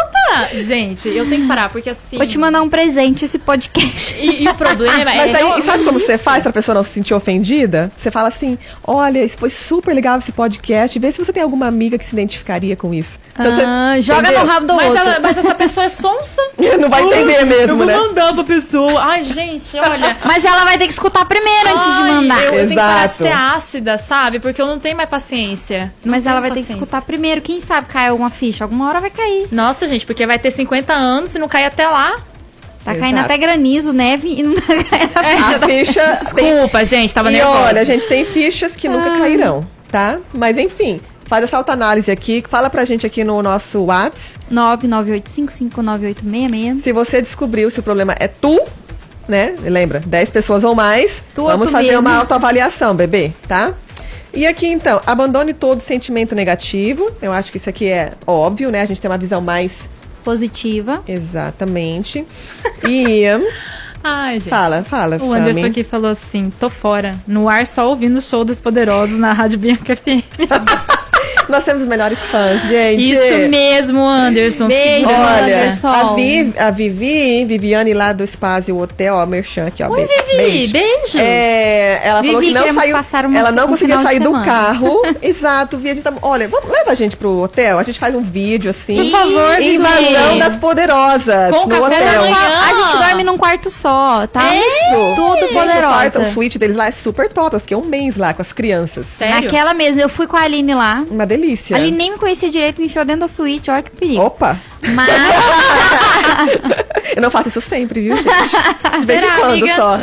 Gente, eu tenho que parar, porque assim. Vou te mandar um presente esse podcast. E, e o [laughs] problema é. Ah, Mas aí, realmente e sabe como você isso. faz pra pessoa não se sentir ofendida? Você fala assim: olha, isso foi super legal esse podcast. Vê se você tem alguma amiga que se identificaria com isso. [laughs] Então você- Ah, joga entendeu? no rabo do Mas, outro. ela- mas essa pessoa é sonsa. Não vai entender Eu mesmo, vou né? mandar pra pessoa. Ai, gente, olha. [laughs] Mas ela vai ter que escutar primeiro antes de Ai, mandar. Eu tenho que parar de Exato. ser ácida, sabe? Porque eu não tenho mais paciência. Não Mas ela tenho vai ter que paciência. escutar primeiro. Quem sabe cai alguma ficha? Alguma hora vai cair. Nossa, gente, porque vai ter 50 anos, se não cair até lá. Tá Exato. caindo até granizo, neve e não [laughs] tá caindo a A ficha. ficha tem [laughs] Desculpa, gente, tava E nervosa. olha, gente, tem fichas que nunca Ah. cairão, tá? Mas enfim, faz essa autoanálise aqui, fala pra gente aqui no nosso Whats 998559866. se você descobriu se o problema é tu, né? Lembra, 10 pessoas ou mais, Tu ou vamos tu fazer mesmo. uma autoavaliação, bebê, tá? E aqui então, abandone todo sentimento negativo. Eu acho que isso aqui é óbvio, né? A gente tem uma visão mais Positiva. exatamente. [laughs] E Ai, gente. fala, fala, O Anderson Sammy. aqui falou assim: tô fora, no ar só ouvindo o show dos poderosos na Rádio Bianca FM. Nós temos os melhores fãs, gente. Isso mesmo, Anderson. Beijo, segura. Olha, Anderson. a, Vi, a Vivi, Viviane lá do Espaço e o Hotel, ó, Merchan aqui, ó. Oi, Vivi, beijos. É, ela falou Vivi, que não queremos saiu, passar uma- ela não um conseguia final de sair do semana. [laughs] carro. Exato, Vi, a gente tá, olha, vamos, leva a gente pro hotel, a gente faz um vídeo assim. Por favor, Isso. Invasão das Poderosas Com no café da hotel. manhã. A gente dorme num quarto só, tá? É Isso. Tudo Gente, O, quarto, o poderosa. suíte deles lá é super top. Eu fiquei um mês lá com as crianças. Sério? Naquela mesa, eu fui com a Aline lá. Uma delícia. A Aline nem me conhecia direito, me enfiou dentro da suíte, olha que perigo. Opa! Mas [laughs] Eu não faço isso sempre, [laughs] viu, gente? De vez em Será, quando amiga? só.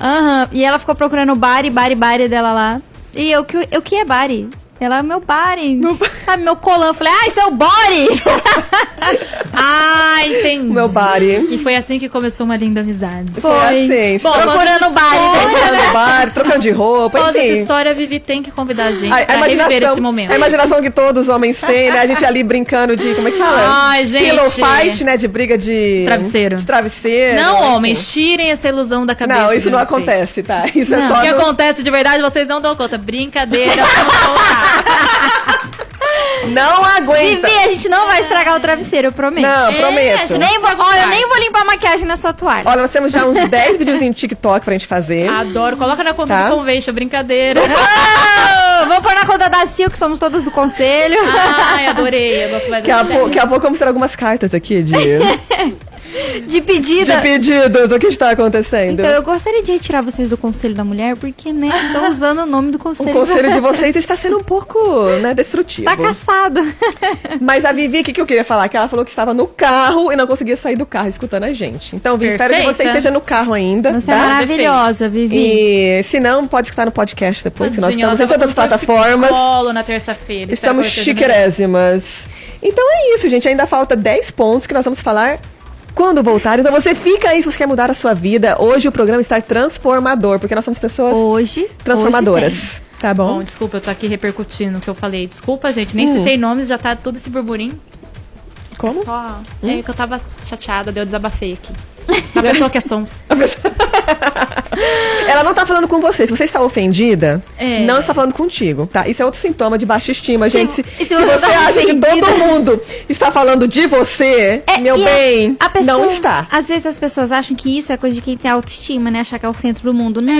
Aham, E ela ficou procurando o Bari, Bari, Bari dela lá. E eu que, eu que é Bari? Ela é meu Bari. Sabe, meu colã. Eu falei, ah, isso é o [laughs] Body! Ah, entendi. Meu body. E foi assim que começou uma linda amizade. Foi. assim, Bom, Procurando o todas né? Bari. Trocando bar, trocando de roupa, Toda essa enfim. história, a Vivi tem que convidar a gente assim. A, a pra reviver esse imaginação, momento. a imaginação que todos os homens têm, né? A gente ali brincando de. Como é que fala? Ai, gente. Pillow fight, né? De briga de. Travesseiro. De travesseiro. Não, enfim. homens, tirem essa ilusão da cabeça. Não, isso de não vocês. acontece, tá? Isso é Não. O só. que no- acontece de verdade, vocês não dão conta. Brincadeira, vamos [laughs] voltar. Não aguenta. Vivi, a gente não vai estragar o travesseiro, eu prometo. Então tá. Não, É, a prometo. gente- Nem vou, ó, eu nem vou limpar a maquiagem na sua toalha. Olha, nós temos já uns 10 vídeos em TikTok pra gente fazer. Adoro, coloca na Tá. tá. Convention, brincadeira. Ah, [laughs] Vou pôr na conta da Sil, que somos todos do conselho. Ah. Ai, adorei. Eu gosto mais Daqui a, dessa. pouco, daqui a pouco vamos ter algumas cartas aqui [laughs] de, de De pedida. pedidos. O que está acontecendo? Então, eu gostaria de retirar vocês do Conselho da Mulher, porque, né, estão usando o nome [laughs] do o Conselho. conselho de vocês está sendo um pouco né, destrutivo. [laughs] Tá caçado. [laughs] Mas a Vivi, o que, que eu queria falar? Que ela falou que estava no carro e não conseguia sair do carro escutando a gente. Então, Vivi, espero que você Perfeita. esteja no carro ainda. Você é tá? maravilhosa, Vivi. E se não, pode escutar no podcast depois, que nós Tadinha, ela estamos em tava todas as com dor de plataformas. colo na terça-feira. é Espero Estamos que vocês também. chiquerésimas. Então é isso, gente. Ainda falta 10 pontos que nós vamos falar quando voltar. Então você fica aí se você quer mudar a sua vida. Hoje o programa está transformador, porque nós somos pessoas Hoje. transformadoras. hoje tá bom? Bom, desculpa, eu tô aqui repercutindo o que eu falei. Desculpa, gente, nem Hum. citei nomes, já tá todo esse burburinho. Como? Hum? [laughs] É só. É que eu tava chateada, deu desabafei aqui. A pessoa que é sons. Ela não tá falando com você. Se você está ofendida, É. não está falando contigo, tá? Isso é outro sintoma de baixa estima, Se- gente. Se, e se se você você tá acha que ofendida- todo mundo está falando de você, É, meu e a- bem, a pessoa- não está. Às vezes as pessoas acham que isso é coisa de quem tem autoestima, né? Achar que é o centro do mundo. Não.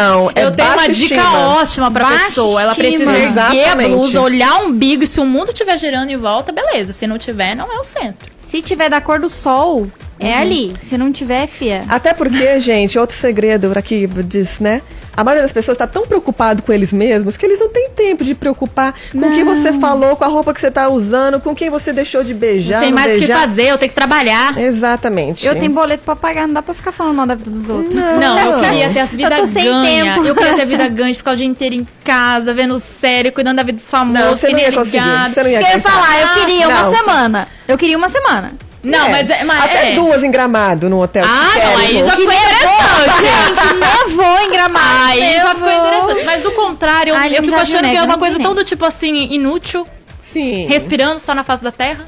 Não, é eu tenho uma baixa dica estima. ótima pra Baixa pessoa. Ela estima. precisa erguer a Exatamente. blusa, olhar o umbigo. E se o mundo estiver girando em volta, beleza. Se não tiver, não é o centro. Se tiver da cor do sol, é Uhum. ali. Se não tiver, fia. Até porque, gente, outro segredo aqui diz, né? A maioria das pessoas está tão preocupado com eles mesmos que eles não têm tempo de preocupar com o que você falou, com a roupa que você tá usando, com quem você deixou de beijar. tem não mais o que beijar. fazer, eu tenho que trabalhar. Exatamente. Eu tenho boleto pra pagar, não dá pra ficar falando mal da vida dos outros. Não, eu queria ter as vida Eu tô sem ganha. tempo. Eu queria [laughs] ter vida ganha, de ficar o dia inteiro em casa, vendo série, cuidando da vida dos famosos, Não, você que não nem ia conseguir. ligado. Você não ia Isso que eu ia aguentar. falar, eu queria Ah, Não. uma semana. Eu queria uma semana. Não, mas é. Mas Até é. duas em Gramado no hotel. Ah, não, aí Quero. já foi interessante. Gente, nevou em Gramado. Aí já nevou. ficou é interessante. Mas do contrário, eu- Ali eu fico já achando neve, que é não uma coisa tem tão neve. do tipo assim, inútil, Sim. respirando só na face da terra.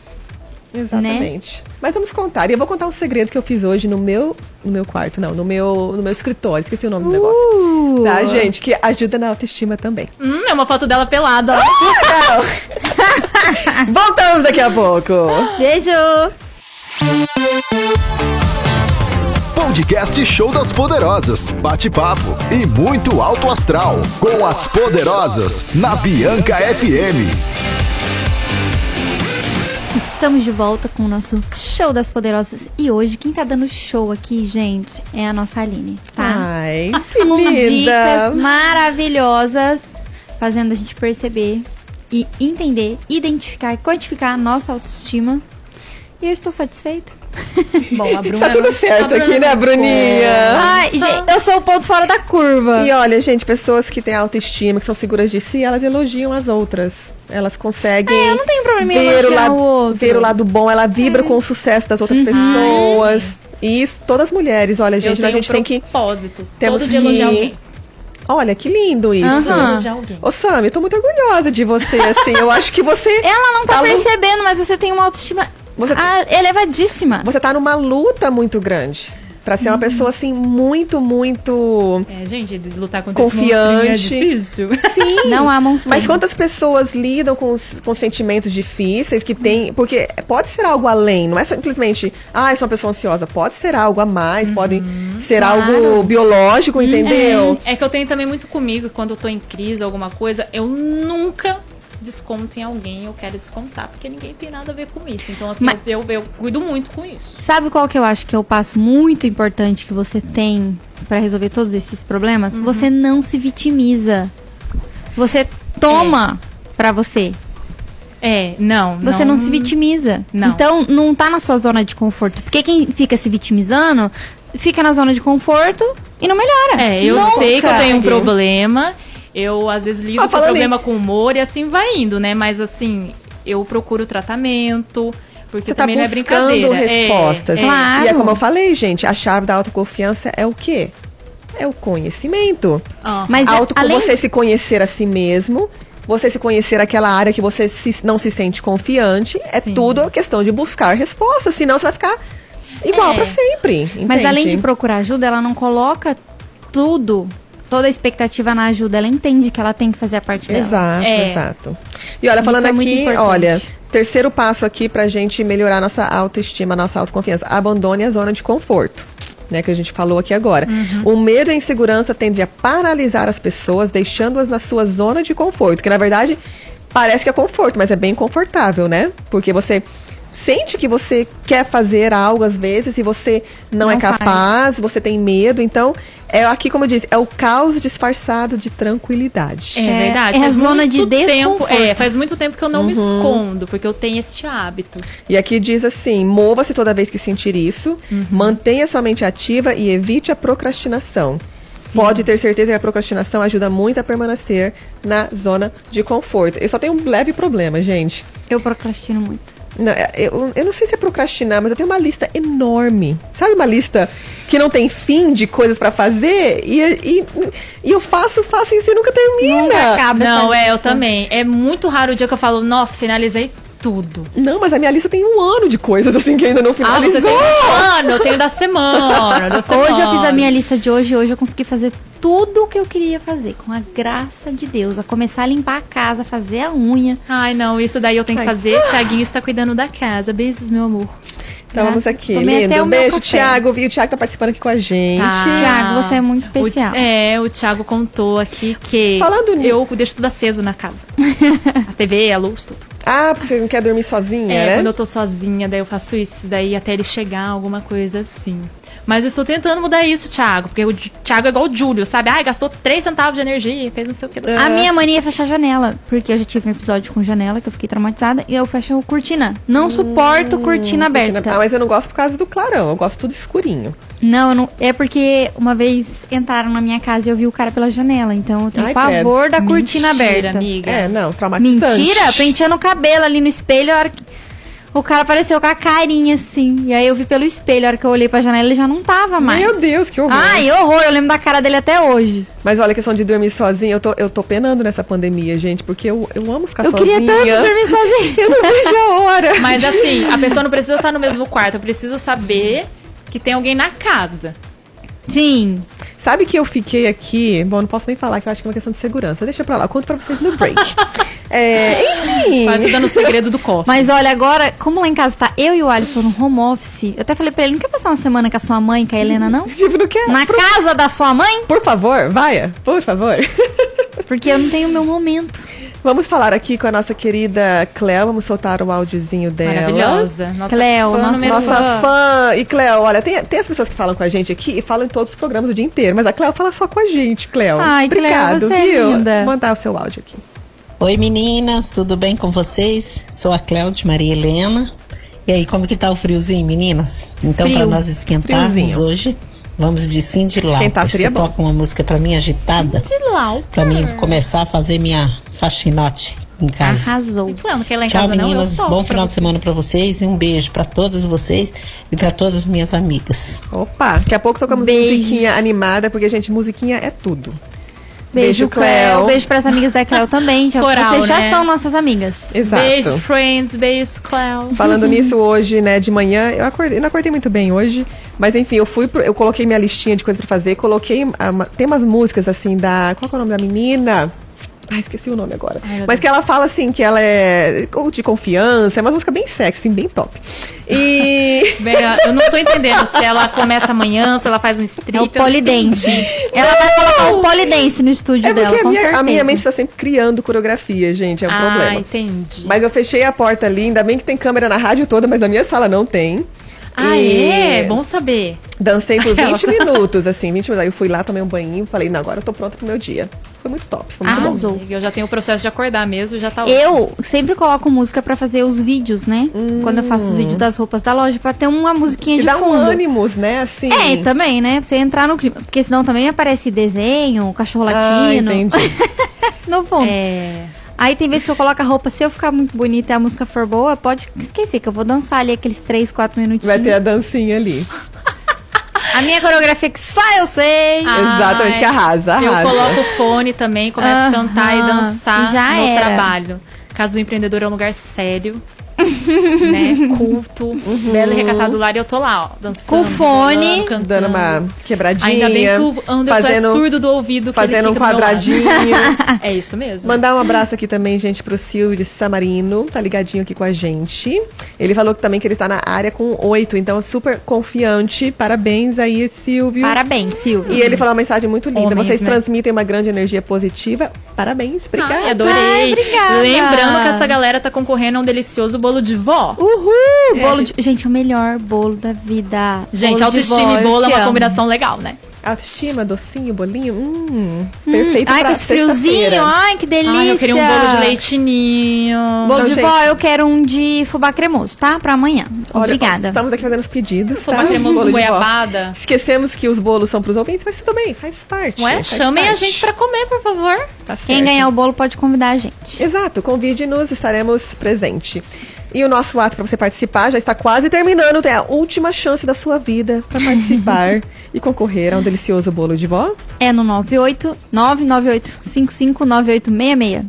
né? Exatamente. Mas vamos contar. E eu vou contar um segredo que eu fiz hoje no meu, no meu quarto, não, no meu, no meu escritório. Esqueci o nome do negócio. Uh. Tá, gente? Que ajuda na autoestima também. Hum, é uma foto dela pelada. Ah. Voltamos [laughs] daqui a pouco. Beijo. Podcast Show das Poderosas. Bate-papo e muito alto astral. Com as Poderosas na Bianca FM. Estamos de volta com o nosso Show das Poderosas. E hoje, quem tá dando show aqui, gente, é a nossa Aline, tá? Ai, Ah, que Com linda. dicas maravilhosas, fazendo a gente perceber e entender, identificar e quantificar a nossa autoestima. E eu estou satisfeita. [laughs] Bom, a Bruna. é Tá tudo não- a certo Bruna é. aqui, não- né, Bruninha? Ai, gente, eu sou o ponto fora da curva. Ah. E olha, gente, pessoas que têm autoestima, que são seguras de si, elas elogiam as outras. Elas conseguem. É, eu não tenho problema em ver o, elogiar lado, o outro. É. Uhum. ver o lado bom, ela vibra com o sucesso das outras pessoas. E isso, todas as mulheres, olha, Eu gente, tenho a gente um tem que. propósito. temos Todo dia elogiar que- alguém. Olha, que lindo isso. Aham. Ah. Elogiar alguém. Ô, Sam, eu tô muito orgulhosa de [laughs] você, assim. Eu acho que você. Ela não tá lu- percebendo, mas você tem uma autoestima Você- ah, elevadíssima. Você tá numa luta muito grande. Pra Uhum. ser uma pessoa, assim, muito, muito. É, gente, de lutar contra Confiante. esse monstrinho é difícil. Sim. Não há monstro. Mas quantas pessoas lidam com, os- com sentimentos difíceis que tem. Porque pode ser algo além, não é simplesmente, ah, eu sou uma pessoa ansiosa. Pode ser algo a mais, Uhum. pode ser algo claro. biológico, entendeu? É que eu tenho também muito comigo, quando eu tô em crise, alguma coisa, eu nunca desconto em alguém, eu quero descontar, porque ninguém tem nada a ver com isso. Então, assim, Mas- eu, eu cuido muito com isso. Sabe qual que eu acho que é o passo muito importante que você tem pra resolver todos esses problemas? Uhum. Você não se vitimiza. Você toma pra você. É, não. Você não, se vitimiza. Não. Então não tá na sua zona de conforto. Porque quem fica se vitimizando fica na zona de conforto e não melhora. É, eu Nunca. sei que eu tenho um problema. Eu, às vezes, lido Ah, com falando problema com humor e assim vai indo, né? Mas, assim, eu procuro tratamento, porque Você tá também não é buscando brincadeira. É, respostas. é. Claro. E é como eu falei, gente, a chave da autoconfiança é o quê? É o conhecimento. Ah. Mas é- Auto, além Você se conhecer a si mesmo, você se conhecer aquela área que você se- não se sente confiante, é Sim. tudo questão de buscar respostas, senão você vai ficar igual É. pra sempre. Mas entende? além de procurar ajuda, ela não coloca tudo, toda a expectativa na ajuda. Ela entende que ela tem que fazer a parte dela. Exato, É. exato. E olha, falando é muito aqui, importante. olha, terceiro passo aqui pra gente melhorar nossa autoestima, nossa autoconfiança. Abandone a zona de conforto. Né, que a gente falou aqui agora. Uhum. O medo e a insegurança tendem a paralisar as pessoas, deixando-as na sua zona de conforto. Que na verdade parece que é conforto, mas é bem confortável, né? Porque você sente que você quer fazer algo às vezes e você não, Não é faz. capaz, você tem medo. Então, é aqui, como eu disse, é o caos disfarçado de tranquilidade. É, É, verdade. é a faz zona muito de tempo, desconforto. É, faz muito tempo que eu não me Uhum. escondo, porque eu tenho este hábito. E aqui diz assim: mova-se toda vez que sentir isso, Uhum. mantenha sua mente ativa e evite a procrastinação. Pode ter certeza que a procrastinação ajuda muito a permanecer na zona de conforto. Eu só tenho um leve problema, gente. Eu procrastino muito. Não, é- eu, eu não sei se é procrastinar, mas eu tenho uma lista enorme. Sabe uma lista que não tem fim de coisas pra fazer? E, e, e eu faço, faço e você nunca termina. Nunca acaba essa Não, é, eu lista. também. É muito raro o dia que eu falo, nossa, finalizei tudo. Não, mas a minha lista tem um ano de coisas assim que ainda não Ah, você finalizou. tem ano, eu tenho da semana. da Hoje eu semana. fiz a minha lista de hoje e hoje eu consegui fazer tudo o que eu queria fazer, com a graça de Deus. A começar a limpar a casa, fazer a unha. Ai, não, isso daí eu tenho Ai. que fazer. Tiaguinho está cuidando da casa. Beijos, meu amor. então vamos aqui, Né? Tomei até lindo. o Um meu beijo, café. Tiago. E o Tiago tá participando aqui com a gente. Thiago, você é muito especial. O, é, o Thiago contou aqui que Falando nisso- eu deixo tudo aceso [laughs] na casa. A TV, a luz, tudo. Ah, porque você não quer dormir sozinha, É, né? quando eu tô sozinha, daí eu faço isso, daí até ele chegar, alguma coisa assim. Mas eu estou tentando mudar isso, Thiago, porque o Ju- Thiago é igual o Júlio, sabe? Ai, gastou 3 centavos de energia, fez não sei o que. A Ah. minha mania é fechar a janela, porque eu já tive um episódio com janela que eu fiquei traumatizada e eu fecho a cortina. Hum, Não suporto cortina aberta. Ah, mas eu não gosto por causa do clarão, eu gosto tudo escurinho. Não, eu não, é porque uma vez entraram na minha casa e eu vi o cara pela janela, então eu tenho Ai, pavor da cortina Ah, Mentira, aberta. amiga. É, não, traumatizante. Mentira, penteando o cabelo ali no espelho, a hora que o cara apareceu com a carinha assim. E aí eu vi pelo espelho, a hora que eu olhei pra janela, ele já não tava mais. Meu Deus, que horror. Ai, horror, eu lembro da cara dele até hoje. Mas olha, a questão de dormir sozinha, eu tô, eu tô penando nessa pandemia, gente, porque eu, eu amo ficar eu Tá sozinha. queria tanto dormir sozinha. [laughs] Eu não vejo a hora. Mas assim, a pessoa não precisa estar no mesmo quarto, eu preciso saber que tem alguém na casa. Sim. Sabe que eu fiquei aqui. Bom, não posso nem falar que eu acho que é uma questão de segurança. Deixa pra lá, eu conto pra vocês no [laughs] break. é, enfim. Quase dando o segredo do copo. Mas olha, agora, como lá em casa tá eu e o Alisson no home office, eu até falei pra ele, não quer passar uma semana com a sua mãe, com a Helena, não? Tipo, não quer. Na casa da sua mãe? Por favor, vaia, por favor. [laughs] Porque eu não tenho meu momento. Vamos falar aqui com a nossa querida Cléo. Vamos soltar o áudiozinho dela. Maravilhosa. Nossa, Cleo, fã nossa, número Nossa um. Fã. fã. E Cléo, olha, tem, tem as pessoas que falam com a gente aqui e falam em todos os programas o dia inteiro, mas a Cléo fala só com a gente, Cléo. Ai, Cléo, Obrigado, você é viu? linda. Vou mandar o seu áudio aqui. Oi meninas, tudo bem com vocês? Sou a Cléudia Maria Helena. E aí, como que tá o friozinho, meninas? Então, Frio. para nós esquentarmos Friozinho. hoje, vamos de Cindy Esquentar Lauper. frio é Você bom. toca uma música para mim agitada, De Lau. para mim começar a fazer minha faxinote em casa. Arrasou. Não, não quer ir lá em Tchau, casa não, eu meninas. sou. Bom final de semana para vocês e um beijo para todas vocês e para todas as minhas amigas. Opa, daqui a pouco tocamos Beijo. musiquinha animada, porque, gente, musiquinha é tudo. Beijo, Beijo, Cleo. Cléo. Beijo pras amigas da Cléo também. Já, Coral, vocês já né? são nossas amigas. Exato. Beijo, friends. Beijo, Cleo. Falando nisso hoje, né, de manhã, eu acordei, eu não acordei muito bem hoje, mas enfim, eu fui, pro- eu coloquei minha listinha de coisas pra fazer, coloquei, a ma- tem umas músicas assim da, qual que é o nome da menina? Ai, esqueci o nome agora. meu mas que ela fala assim, que ela é ou de confiança, é uma música bem sexy, assim, bem top. [laughs] E Bem, Eu não tô entendendo se ela começa amanhã, se ela faz um strip. É o eu né? não polidense. Ela vai colocar um polidense no estúdio é dela, porque a com minha, certeza. a minha mente tá sempre criando coreografia, gente, é um ah, problema. entendi. Mas eu fechei a porta ali, ainda bem que tem câmera na rádio toda, mas na minha sala não tem. Ah, E- é? Bom saber. Dancei por Aquela. 20 minutos, assim, 20 minutos. Aí eu fui lá, tomei um banho, falei, não, agora eu tô pronta pro meu dia. Foi muito top, foi muito Ah, bom. Arrasou. Eu já tenho o processo de acordar mesmo, já tá Eu sempre coloco música pra fazer os vídeos, né? Quando eu faço os vídeos das roupas da loja, pra ter uma musiquinha Hum. E de dá um fundo. ânimos, né, assim. é, então, também, né? Pra você entrar no clima. Porque senão também aparece desenho, cachorro Ah, latino. entendi. [laughs] no fundo. É. Aí tem vezes que eu coloco a roupa, se eu ficar muito bonita e a música for boa, pode esquecer que eu vou dançar ali aqueles 3, 4 minutinhos. Vai ter a dancinha ali. A minha coreografia que só eu sei. Exatamente, que arrasa, arrasa. Ah, é. Eu coloco o fone também, começo a Aham. cantar e dançar Já no era. trabalho. Casa do empreendedor é um lugar sério. [laughs] né? Culto, Uhum. belo e recatado lar, e eu tô lá, ó, dançando. Com fone. rolando, cantando. Dando uma quebradinha. Ainda bem que o Anderson é surdo do ouvido. que Fazendo um ele fica do meu lado. [laughs] quadradinho. É isso mesmo. Mandar um abraço aqui também, gente, pro Silvio Samarino, tá ligadinho aqui com a gente. Ele falou que também que ele tá na área com oito, então super confiante. Parabéns aí, Silvio. Parabéns, Silvio. E ele falou uma mensagem muito linda. Homens, Vocês né? transmitem uma grande energia positiva. Parabéns, obrigada. Ai, adorei. Ai, obrigada. Lembrando que essa galera tá concorrendo a um delicioso bolo de vó. Uhul! Bolo de- Gente, é o melhor bolo da vida. Gente, Bolo de vó, autoestima e eu bolo é te uma amo. combinação legal, né? Autoestima, docinho, bolinho. Hum, perfeito Ai, pra com esse friozinho. sexta-feira. Ai, que delícia. Ai, eu queria um bolo de leitinho. Bolo Não, de gente. vó, eu quero um de fubá cremoso, tá? Pra amanhã. Olha, Obrigada. Estamos aqui fazendo os pedidos. Fubá tá? cremoso Bolo com de vó. goiabada. Esquecemos que os bolos são pros ouvintes, mas tudo bem, faz parte. Não é? faz Chamem a parte. gente pra comer, por favor. [laughs] Tá certo. Quem ganhar o bolo pode convidar a gente. Exato, convide-nos, estaremos presente. E o nosso ato para você participar já está quase terminando. Tem a última chance da sua vida para [laughs] participar e concorrer a um delicioso bolo de vó. É no 98 998 559866.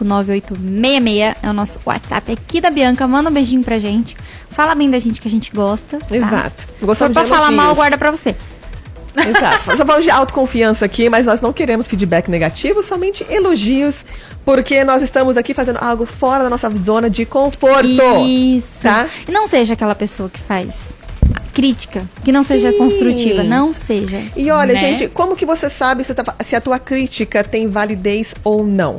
998559866 é o nosso WhatsApp aqui da Bianca. Manda um beijinho pra gente. Fala bem da gente que a gente gosta. tá? Exato. Se for Gostamos pra de falar mal, elogios. [laughs] guarda pra você. Exato. Só falamos de autoconfiança aqui, mas nós não queremos feedback negativo, somente elogios, porque nós estamos aqui fazendo algo fora da nossa zona de conforto. Isso. Tá? E não seja aquela pessoa que faz crítica, que não seja Sim. construtiva. Não seja. E olha, Né? gente, como que você sabe se, tá- se a tua crítica tem validez ou não?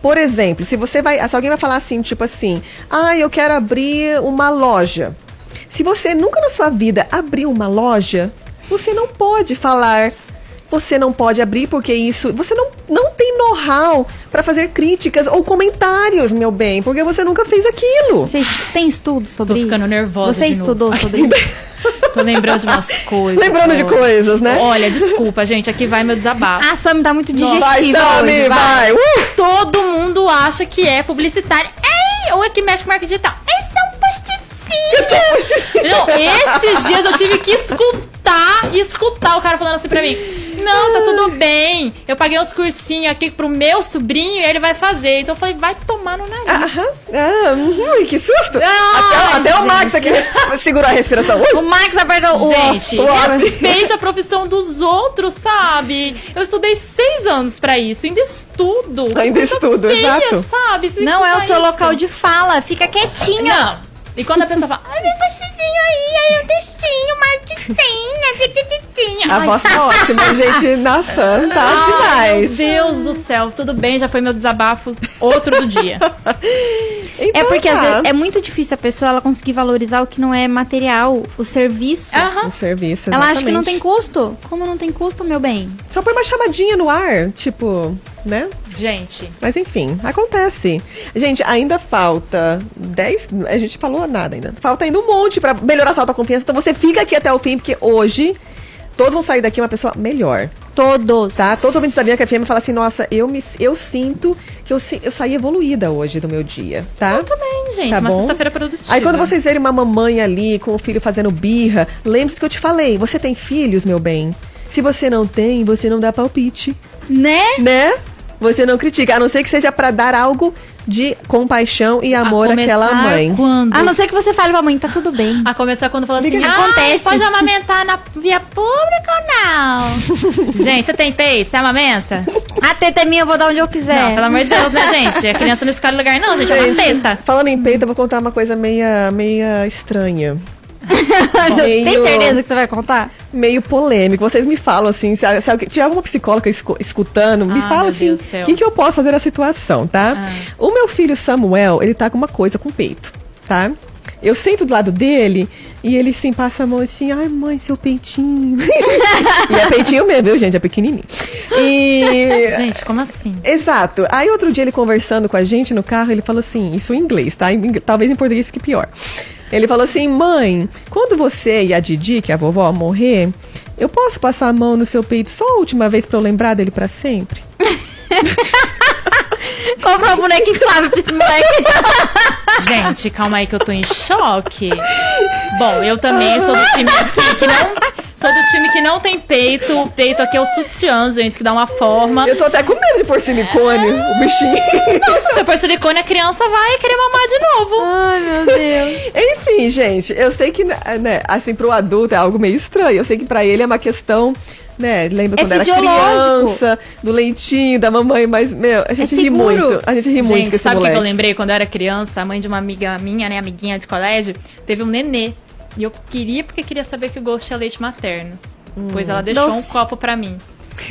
Por exemplo, se você vai, se alguém vai falar assim, tipo assim, ah, eu quero abrir uma loja. Se você nunca na sua vida abriu uma loja, você não pode falar, você não pode abrir porque isso, você não, não tem know-how para fazer críticas ou comentários, meu bem, porque você nunca fez aquilo. Você est- tem estudo sobre Tô isso? ficando nervosa Você de estudou sobre isso? Tô lembrando de umas coisas. Lembrando de olha. coisas, né? Olha, desculpa, gente. Aqui vai meu desabafo. A Sam tá muito digestiva vai, Sami, hoje, vai. vai. Uh! Todo mundo acha que é publicitário. Ei! Ou é que mexe com marketing digital. Esse é um é um postifinho! Não, esses dias eu tive que escutar e escutar o cara falando assim pra mim. Não, tá tudo bem. Eu paguei uns cursinhos aqui pro meu sobrinho e ele vai fazer. Então eu falei, vai tomar no nariz. Aham. Ah, hum, que susto! Ai, até até o gente. Max aqui res- segurou a respiração. Ui. O Max apertou o Gente, Ah, o off. respeite a profissão dos outros, sabe? Eu estudei seis anos pra isso, ainda estudo. Que Ainda coisa estudo, feia, exato. sabe? Você Não é o estudar seu isso. local de fala. Fica quietinha. Não. E quando a pessoa fala, ai, meu postezinho aí, aí o textinho, marketinha, tititinha. A Ai, voz tá ótima, [laughs] gente. Nossa, tá ai, Meu demais. Deus do céu, tudo bem, já foi meu desabafo outro [laughs] do dia. É Então porque tá. às vezes, é muito difícil a pessoa ela conseguir valorizar o que não é material, o serviço. Aham. O Um serviço, é ela acha que não exatamente. tem custo. Como não tem custo, meu bem? Só põe uma chamadinha no ar, tipo, né? Gente, Mas enfim, acontece. Gente, ainda falta 10. A gente falou nada ainda. Falta ainda um monte pra melhorar sua autoconfiança. Então você fica aqui até o fim, porque hoje todos vão sair daqui uma pessoa melhor. Todos. tá? Todo mundo sabia que a FM fala assim, nossa, eu me eu sinto que eu, si- eu saí evoluída hoje do meu dia, tá? Eu também, né? gente, Tá uma bom. sexta-feira produtiva. Aí quando vocês verem uma mamãe ali com o filho fazendo birra, lembre-se do que eu te falei, você tem filhos, meu bem. Se você não tem, você não dá palpite, Né? né? Você não critica, a não ser que seja pra dar algo de compaixão e A amor começar àquela mãe. Ah, Quando? A não ser que você fale pra mãe, tá tudo [laughs] bem. A começar quando fala Liga assim, que acontece. acontece." pode amamentar na via pública [laughs] ou não? gente, você tem peito? Você amamenta? A teta é minha, eu vou dar onde eu quiser. Não, pelo amor de Deus, né, gente? A criança não escolhe lugar não, gente, é uma teta. falando em peito, eu vou contar uma coisa meia, meia estranha. [laughs] Tem Meio- certeza que você vai contar? meio polêmico. Vocês me falam assim, se, se alguém- tiver alguma psicóloga esco- escutando, me Ah, fala meu assim, Deus do céu. Ah. o que, que eu posso fazer na situação, tá? O meu filho Samuel, ele tá com uma coisa com o peito, tá? Eu sento do lado dele e ele assim passa a mão assim, ai mãe, seu peitinho. [laughs] e é peitinho mesmo, viu, gente? É pequenininho. E Gente, como assim? Exato. Aí outro dia ele conversando com a gente no carro, ele falou assim, isso em inglês, tá? Em ing- talvez em português fique pior. Ele falou assim, mãe, quando você e a Didi, que é a vovó, morrer, eu posso passar a mão no seu peito só a última vez pra eu lembrar dele pra sempre? Compra um boneco inflável pra esse moleque. Gente, calma aí que eu tô em choque. Bom, eu também sou do time aqui que não. Sou do time que não tem peito. O peito aqui é o sutiã, gente, que dá uma forma. Eu tô até com medo de pôr silicone, o bichinho. [laughs] Nossa, se eu pôr silicone, a criança vai querer mamar de novo. Ai, meu Deus. Enfim, gente, eu sei que, né, assim, pro adulto é algo meio estranho. Eu sei que pra ele é uma questão, né, lembra É quando era fisiológico. criança, do leitinho, da mamãe, mas, meu, a gente ri seguro. muito. A gente ri muito com É Gente, esse sabe o que que eu moleque. lembrei? Quando eu era criança, a mãe de uma amiga minha, né, amiguinha de colégio, teve um nenê. E eu queria, porque queria saber que o gosto é leite materno. Pois ela deixou Doce. um copo pra mim. [laughs]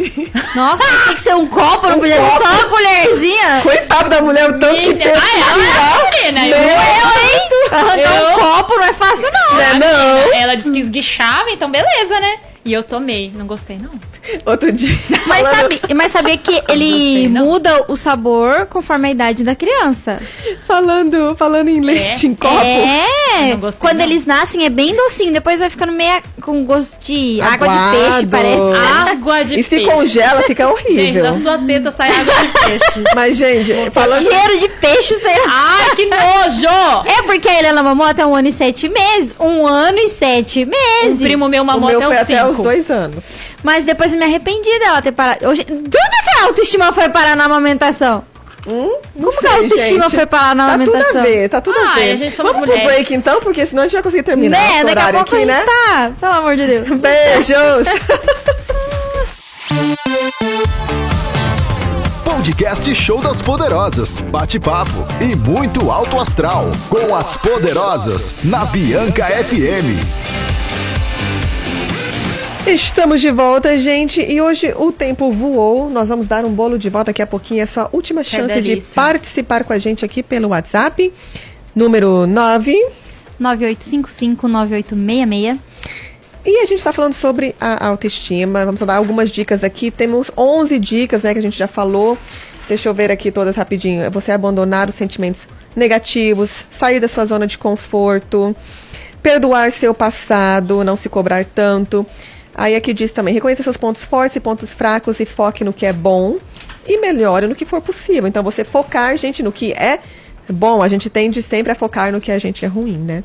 Nossa, mas tem que ser um copo, não podia ser só uma colherzinha? Coitado da mulher, o tanto que Menina, tem. ai, ela, é menina, né? Meu, eu- hein? Arrancar um Eu? copo não é fácil, não. né, não. Ela disse que esguichava, então beleza, né? E eu tomei. Não gostei, não. Outro dia. Mas, falando- sabe, mas saber que ele muda o sabor conforme a idade da criança. Falando, falando em leite, em copo. É! Não gostei, Quando não. eles nascem é bem docinho, depois vai ficando meio com gosto de água de Aguado. peixe, parece. Água de É. e se peixe. congela, fica Gente, horrível. da sua teta sai água de [laughs] peixe. Mas, gente, falando. [laughs] Cheiro de peixe, sei lá. Ai, que nojo! É porque a Helena mamou até um ano e sete meses. Um ano e sete Um meses. primo meu O mamou meu até foi os até os cinco. dois anos. Mas depois eu me arrependi dela ter parado. Hoje, tudo que a autoestima foi parar na amamentação? Hum? Não Como que a autoestima foi parar na Tá tudo amamentação? a ver, tá tudo a Ai, ver. a gente somos Vamos pro mulheres. break então, porque senão a gente vai conseguir terminar Né? esse Daqui a horário pouco aqui, a né? gente tá. Pelo amor de [laughs] Deus. Beijos! Podcast Show das Poderosas. Bate-papo e muito alto astral. Com as Poderosas na Bianca FM. Estamos de volta, gente, e hoje o tempo voou. Nós vamos dar um bolo de volta daqui a pouquinho. É sua última chance de delícia. participar com a gente aqui pelo WhatsApp. Número 9. 9855-9866. E a gente está falando sobre a autoestima. Vamos dar algumas dicas aqui. Temos 11 dicas, né, que a gente já falou. Deixa eu ver aqui todas rapidinho. É você abandonar os sentimentos negativos, sair da sua zona de conforto, perdoar seu passado, não se cobrar tanto. Aí aqui diz também, reconheça seus pontos fortes e pontos fracos e foque no que é bom e melhore no que for possível. Então você focar, gente, no que é Bom, a gente tende sempre a focar no que a gente é ruim, né?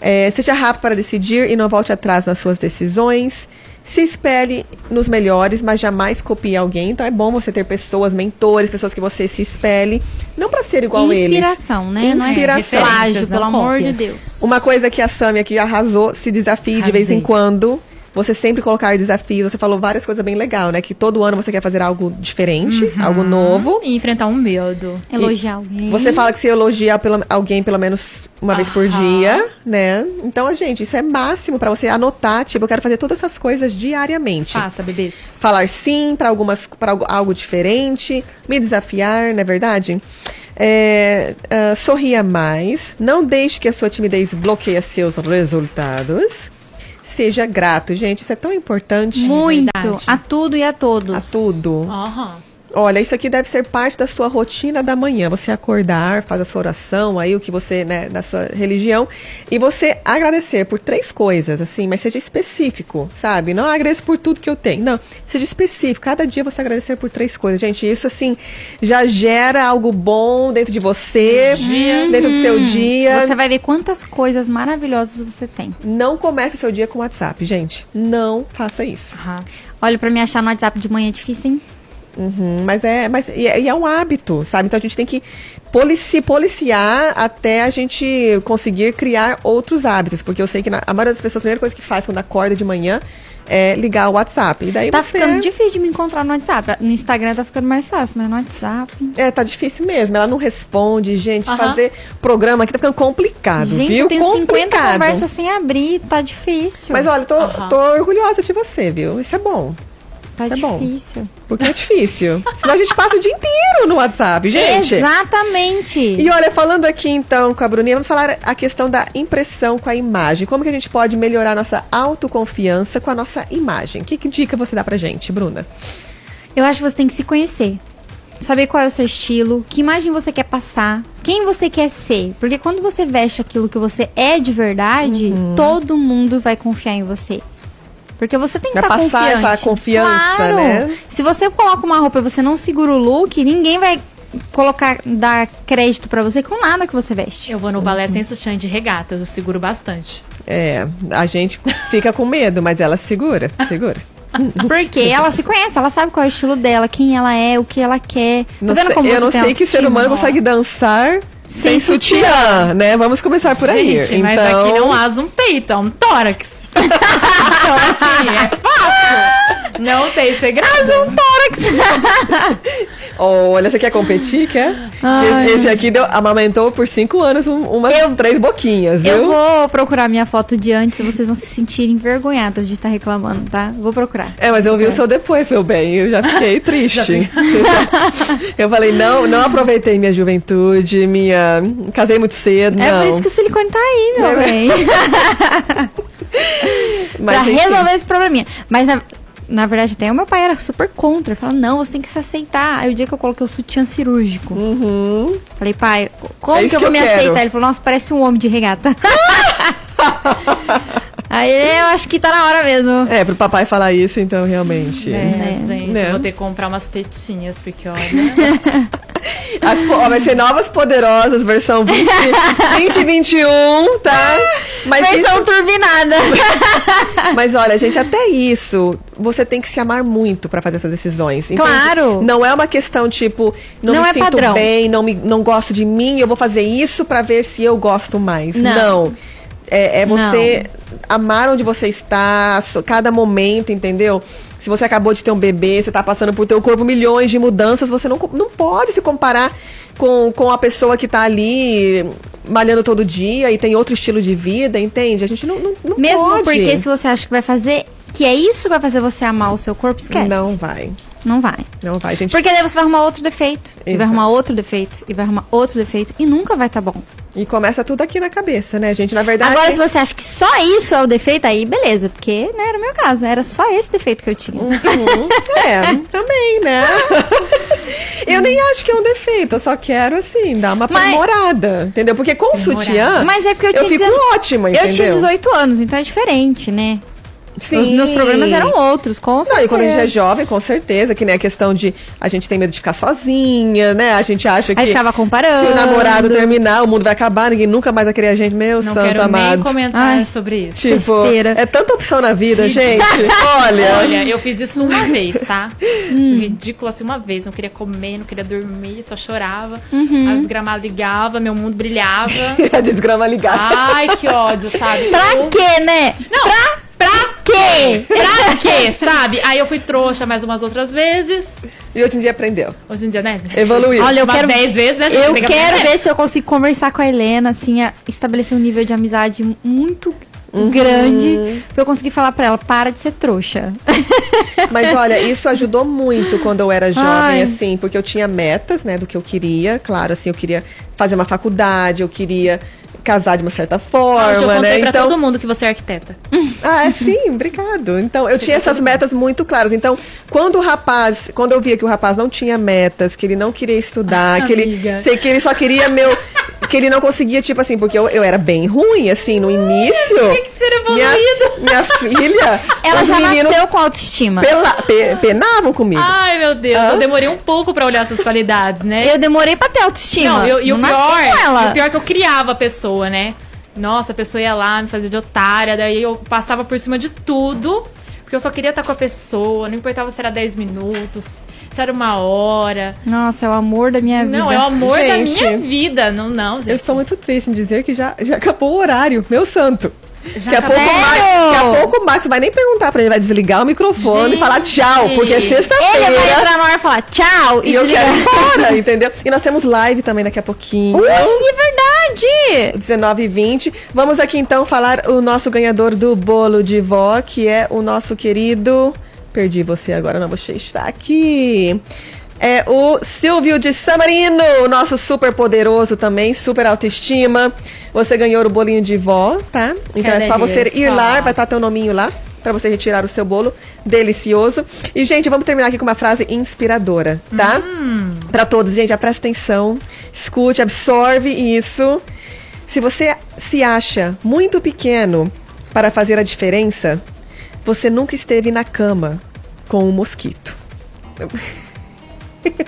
É, seja rápido para decidir e não volte atrás nas suas decisões. Se espelhe nos melhores, mas jamais copie alguém. Então é bom você ter pessoas, mentores, pessoas que você se espelhe. Não para ser igual eles. Inspiração, né? Inspiração. Não é plágio, Referências, pelo não amor de cópias. Deus. Uma coisa que a Samia aqui arrasou, se desafie de vez em Arrasei. quando. Você sempre colocar desafios. Você falou várias coisas bem legais, né? Que todo ano você quer fazer algo diferente, algo novo. E enfrentar um medo. Elogiar alguém. Você fala que se elogia pelo- alguém pelo menos uma vez por dia, né? Então, gente, isso é máximo pra você anotar. Tipo, eu quero fazer todas essas coisas diariamente. Faça, bebês. Falar sim pra algumas para algo, algo diferente, me desafiar, não é verdade? É, ah, sorria mais, não deixe que a sua timidez bloqueie seus resultados. Seja grato, gente, isso é tão importante. Muito. Verdade. A tudo e a todos. A tudo. Aham. Olha, isso aqui deve ser parte da sua rotina da manhã. Você acordar, faz a sua oração, aí o que você, né, da sua religião, e você agradecer por três coisas, assim, mas seja específico, sabe? Não "Ah, agradeço por tudo que eu tenho, não. Seja específico. Cada dia você agradecer por três coisas. Gente, isso, assim, já gera algo bom dentro de você, dentro do seu dia. Você vai ver quantas coisas maravilhosas você tem. Não comece o seu dia com WhatsApp, gente. Não faça isso. Aham. Olha, pra me achar no WhatsApp de manhã é difícil, hein? Uhum, mas é, mas e é, e é um hábito, sabe? Então a gente tem que polici, policiar até a gente conseguir criar outros hábitos, porque eu sei que na- a maioria das pessoas a primeira coisa que faz quando acorda de manhã é ligar o WhatsApp. E daí Tá você ficando difícil de me encontrar no WhatsApp. No Instagram tá ficando mais fácil, mas no WhatsApp. É, tá difícil mesmo. Ela não responde, gente. Aham. Fazer programa aqui tá ficando complicado, Gente, viu? eu tenho 50 Complicado. conversas sem abrir, tá difícil. Mas olha, tô, Aham. tô orgulhosa de você, viu? Isso é bom. tá isso é bom. difícil. Porque é difícil. Senão a gente passa o dia inteiro no WhatsApp, gente. Exatamente. E olha, falando aqui então com a Bruninha, vamos falar a questão da impressão com a imagem. Como que a gente pode melhorar nossa autoconfiança com a nossa imagem? Que, que dica você dá pra gente, Bruna? Eu acho que você tem que se conhecer. Saber qual é o seu estilo, que imagem você quer passar, quem você quer ser. Porque quando você veste aquilo que você é de verdade, Uhum. todo mundo vai confiar em você. Porque você tem que Vai estar passar confiante. essa confiança, Claro. né? Se você coloca uma roupa e você não segura o look, ninguém vai colocar dar crédito pra você com nada que você veste. Eu vou no balé sem sutiã de regata, eu seguro bastante. É, a gente fica com medo, mas ela [laughs] segura, segura. Tá Porque ela se conhece, ela sabe qual é o estilo dela, quem ela é, o que ela quer. Não tá vendo sei- como eu você não tem sei que ser autoestima? humano consegue dançar sem, Sem sutiã, né? Vamos começar por aí. Gente, então, mas aqui não asa um peito, é um tórax. [laughs] então, assim, é fácil. Não tem segredo. Asa um olha, você quer competir, quer? Ai. Esse, esse aqui deu, amamentou por cinco anos um- umas três boquinhas, viu? Eu vou procurar minha foto de antes e vocês vão se sentirem envergonhadas de estar reclamando, tá? Vou procurar. É, mas eu vi o seu depois, meu bem. Eu já [laughs] fiquei triste. [laughs] eu falei, não, não aproveitei minha juventude, minha. Casei muito cedo. É não. por isso que o silicone tá aí, meu É, [laughs] bem. Mas, pra enfim, resolver esse probleminha. Mas na, na verdade, até o meu pai era super contra. Ele falou, não, você tem que se aceitar. Aí o dia que eu coloquei o sutiã cirúrgico. Falei, pai, como Uhum. É que isso eu que vou eu me quero. aceitar? Ele falou, nossa, parece um homem [laughs] de regata. Aí eu acho que tá na hora mesmo. É, pro papai falar isso, então, realmente. É, Né? gente, Né? eu vou ter que comprar umas tetinhas, porque olha. [laughs] As po- ó, vai ser novas poderosas, versão 20, 2021, tá? Mas Versão isso- turbinada. [laughs] Mas olha, gente, até isso, você tem que se amar muito pra fazer essas decisões. Então, Claro. Não é uma questão tipo, não, Não me é sinto padrão. bem, não, me, não gosto de mim, eu vou fazer isso pra ver se eu gosto mais. Não. Não. É, é você amar onde você está, a su- cada momento, entendeu? Se você acabou de ter um bebê, você tá passando por teu corpo milhões de mudanças, você não, co- não pode se comparar com, com a pessoa que tá ali malhando todo dia e tem outro estilo de vida, entende? A gente não, não, não Mesmo pode. porque se você acha que vai fazer, que é isso que vai fazer você amar o seu corpo, esquece. Não vai. Não vai. Não vai, gente. Porque daí você vai arrumar outro defeito, e vai Exato. arrumar outro defeito, e vai arrumar outro defeito, e nunca vai tá bom. E começa tudo aqui na cabeça, né, gente? Na verdade. Agora, se você acha que só isso é o defeito, aí beleza, porque né, era o meu caso, era só esse defeito que eu tinha. Uhum. um. [laughs] É, também, [laughs] né? Eu nem acho que é um defeito, eu só quero, assim, dar uma Mas- aprimorada, entendeu? Porque com o sutiã, Mas é porque eu eu tinha fico 19 ótima, entendeu? Eu tinha 18 anos, então é diferente, né? Os meus problemas eram outros, com certeza. Não, e quando a gente é jovem, com certeza, que nem a questão de a gente tem medo de ficar sozinha, né? A gente acha Aí que ficava comparando. se o namorado terminar, o mundo vai acabar, ninguém nunca mais vai querer a gente. Meu Não santo quero amado. nem comentar Ai. sobre isso. Tipo, Besteira. é tanta opção na vida, gente. [laughs] Olha. Olha, eu fiz isso uma vez, [laughs] tá? Hum. Ridículo assim, uma vez. Não queria comer, não queria dormir, só chorava. Uhum. A desgramada ligava, meu mundo [laughs] brilhava. A desgrama ligada. Ai, que ódio, sabe? Pra Eu- quê, né? Não, pra, pra Quê? Pra quê, sabe? Aí eu fui trouxa mais umas outras vezes. E hoje em dia aprendeu. Hoje em dia, né? Evoluiu. Olha, eu Umas quero. 10 vezes, né, gente? Eu Tem que quero aprender. ver se eu consigo conversar com a Helena, assim, a- estabelecer um nível de amizade muito Uhum. grande pra eu conseguir falar pra ela: para de ser trouxa. Mas olha, isso ajudou muito quando eu era jovem, Ai. assim, porque eu tinha metas, né, do que eu queria. Claro, assim, eu queria fazer uma faculdade, eu queria casar de uma certa Hoje Ah, eu forma, contei né? pra Então, todo mundo que você é arquiteta. ah, é, sim, obrigado. Então, eu tinha essas metas muito claras. Então, quando o rapaz, quando eu via que o rapaz não tinha metas, que ele não queria estudar, Ah, que ele, amiga. sei que ele só queria meu que ele não conseguia, tipo assim, porque eu, eu era bem ruim, assim, no início. Ah, que ser minha, evoluído. minha [laughs] filha, Ela os já meninos nasceu com Ah. autoestima. pela, pe- penavam comigo. Ai, meu Deus, Hum. Hã? eu demorei um pouco pra olhar essas qualidades, né? Eu demorei pra ter autoestima. Não, eu, e o nasci pior, com ela. e o pior é que eu criava a pessoa, né? Nossa, a pessoa ia lá, me fazia de otária, daí eu passava por cima de tudo, porque eu só queria estar com a pessoa, não importava se era 10 minutos, se era uma hora. Nossa, é o amor da minha vida. Não, é o amor da Gente. minha vida. Não, não, gente. Eu estou muito triste em dizer que já, já acabou o horário, meu santo. Já tá Daqui a, pouco o Max, acabou. daqui a pouco o Max vai nem perguntar pra ele, vai desligar o microfone Gente. e falar tchau, porque é Ele vai sexta-feira entrar na hora e falar tchau e e, eu desligar. quero ir embora, entendeu? E nós temos live também daqui a pouquinho. Ui, é verdade! 19 e 20. Vamos aqui então falar o nosso ganhador do bolo de vó, que é o nosso querido. Perdi você agora, não, você está aqui. É o Silvio de Samarino, o nosso super poderoso também, super autoestima. Você ganhou o bolinho de vó, tá? Então é só você ir lá, vai estar teu nominho lá pra você retirar o seu bolo delicioso. E gente, vamos terminar aqui com uma frase inspiradora, tá? Hum. Pra todos, gente, já presta atenção, escute, absorve isso. Se você se acha muito pequeno para fazer a diferença, você nunca esteve na cama com um mosquito. [laughs]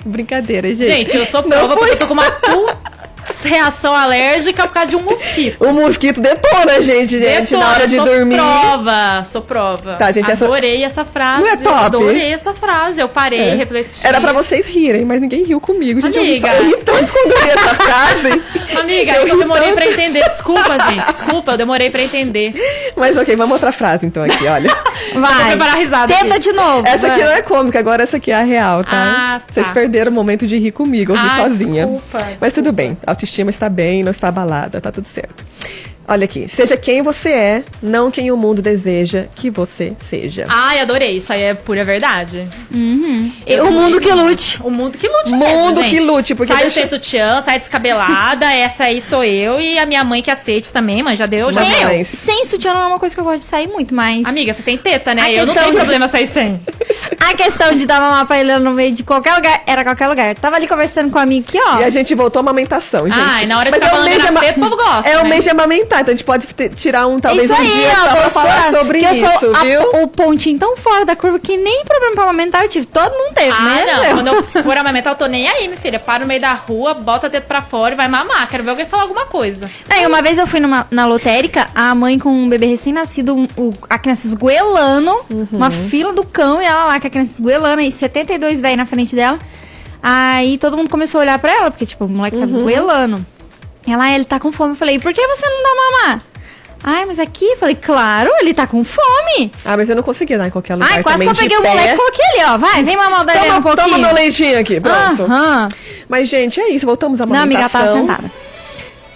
Brincadeira, gente. Gente, eu sou Não prova foi- porque eu tô com uma putz reação alérgica por causa de um mosquito. O mosquito detona, gente, [laughs] gente, Detona, na hora de sou dormir. prova, sou prova. Tá, gente, essa- Adorei essa, frase. Não é top? Adorei essa frase. Eu parei, É. refleti. Era pra vocês rirem, mas ninguém riu comigo, gente. Eu Amiga. ri tanto quando eu li essa frase. Amiga, é Eu eu, ri demorei tanto. pra entender. Desculpa, gente. Desculpa, eu demorei pra entender. Mas ok, vamos outra frase então aqui, [laughs] olha. Vai. preparar a risada Tenta aqui. de novo. Essa aqui vai. não é cômica, agora essa aqui é a real, tá? Ah, tá. Vocês perderam o momento de rir comigo, eu ri Ah, sozinha. desculpa, Mas desculpa. tudo bem, a autoestima está bem, não está abalada, tá tudo certo. Olha aqui, seja quem você é, não quem o mundo deseja que você seja. Ai, adorei. Isso aí é pura verdade. E O mundo que lute. O mundo que lute mesmo, Mundo gente. que lute, porque sai deixa- sem sutiã, [laughs] sai descabelada. essa aí sou eu e a minha mãe que aceite também, Tá mas já deu, já Sim. deu. Sem, Jamais. sem sutiã não é uma coisa que eu gosto de sair muito, mas. Amiga, você tem teta, né? A eu não é questão- tenho problema sair sem. A questão de dar mamar pra Helena no meio de qualquer lugar, era qualquer lugar. Tava ali conversando com um amigo aqui, ó. E a gente voltou à amamentação, gente. Ah, e Ah. na hora de Mas ficar é um falando mês de nas ama- tetas, o povo gosta, É um né? mês de amamentar, então a gente pode ter- tirar um, talvez, um dia ó, só pra gostou? falar sobre que isso, eu sou a- viu? o pontinho tão fora da curva que nem problema pra amamentar eu tive. Todo mundo É teve, Ah, né? não. Quando eu for amamentar, eu tô nem aí, minha filha. Para no meio da rua, bota o dedo pra fora e vai mamar. Quero ver alguém falar alguma coisa. Daí É, uma vez eu fui numa- na lotérica, a mãe com um bebê recém-nascido, um- o- a criança esgoelando, Uhum. uma fila do cão e ela lá com a criança esgoelando, e 72 velho na frente dela. Aí todo mundo começou a olhar pra ela, porque, tipo, o moleque Uhum. tava esgoelando. Ela, ele tá com fome. Eu falei, por que você não dá mamar? Ai, mas aqui? Eu falei, claro, ele tá com fome. Ah, mas eu não consegui dar em qualquer lugar Ai, quase que também, eu peguei de o pé. moleque e coloquei ali, ó. Vai, vem mamar o Daniel Toma, um pouquinho. toma meu leitinho aqui, pronto. Aham. Mas, gente, é isso. Voltamos à Não, amamentação. amiga, ela tava sentada.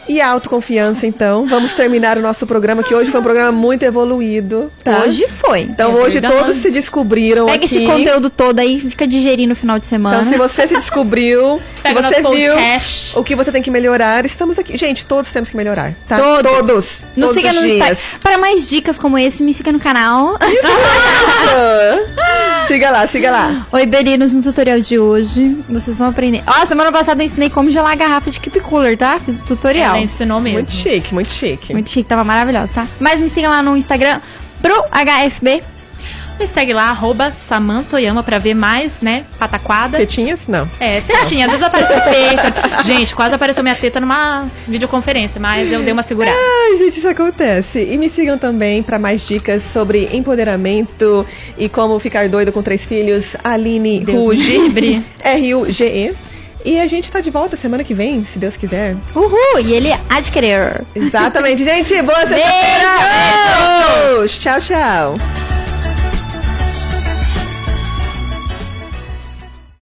E a autoconfiança, então. Vamos terminar o nosso programa, que hoje foi um programa muito evoluído, tá? Hoje foi. Então, É hoje verdade. todos se descobriram Pega aqui. esse conteúdo né? todo aí, fica digerindo no final de semana. Então, se você se [laughs] descobriu, se Pega o você nosso viu podcast. o que você tem que melhorar, estamos aqui. Gente, todos temos que melhorar, tá? Todos. Todos. Nos Todos siga os no dias. [laughs] Instagram. Para mais dicas como esse, me siga no [laughs] canal. Ah, siga lá, siga lá. Oi, berinos, no tutorial de hoje. Vocês vão aprender. Ó, semana passada eu ensinei como gelar a garrafa de Keep Cooler, tá? Fiz o tutorial. É, Ela ensinou mesmo. Muito chique, muito chique. Muito chique, tava maravilhoso, tá? Mas me siga lá no Instagram, pro HFB. Me segue lá, arroba Samantoyama pra ver mais, né? Pataquada. Tetinhas? Não. É, tetinha, às vezes apareceu teta. Gente, quase apareceu minha teta numa videoconferência, mas eu dei uma segurada. Ai, gente, isso acontece. E me sigam também para mais dicas sobre empoderamento e como ficar doido com três filhos. Aline Deus Ruge. me [laughs] livre. R-U-G-E. E a gente tá de volta semana que vem, se Deus quiser. Uhul! E ele é adquirir. [laughs] Exatamente, gente. Boa semana! Tchau, tchau.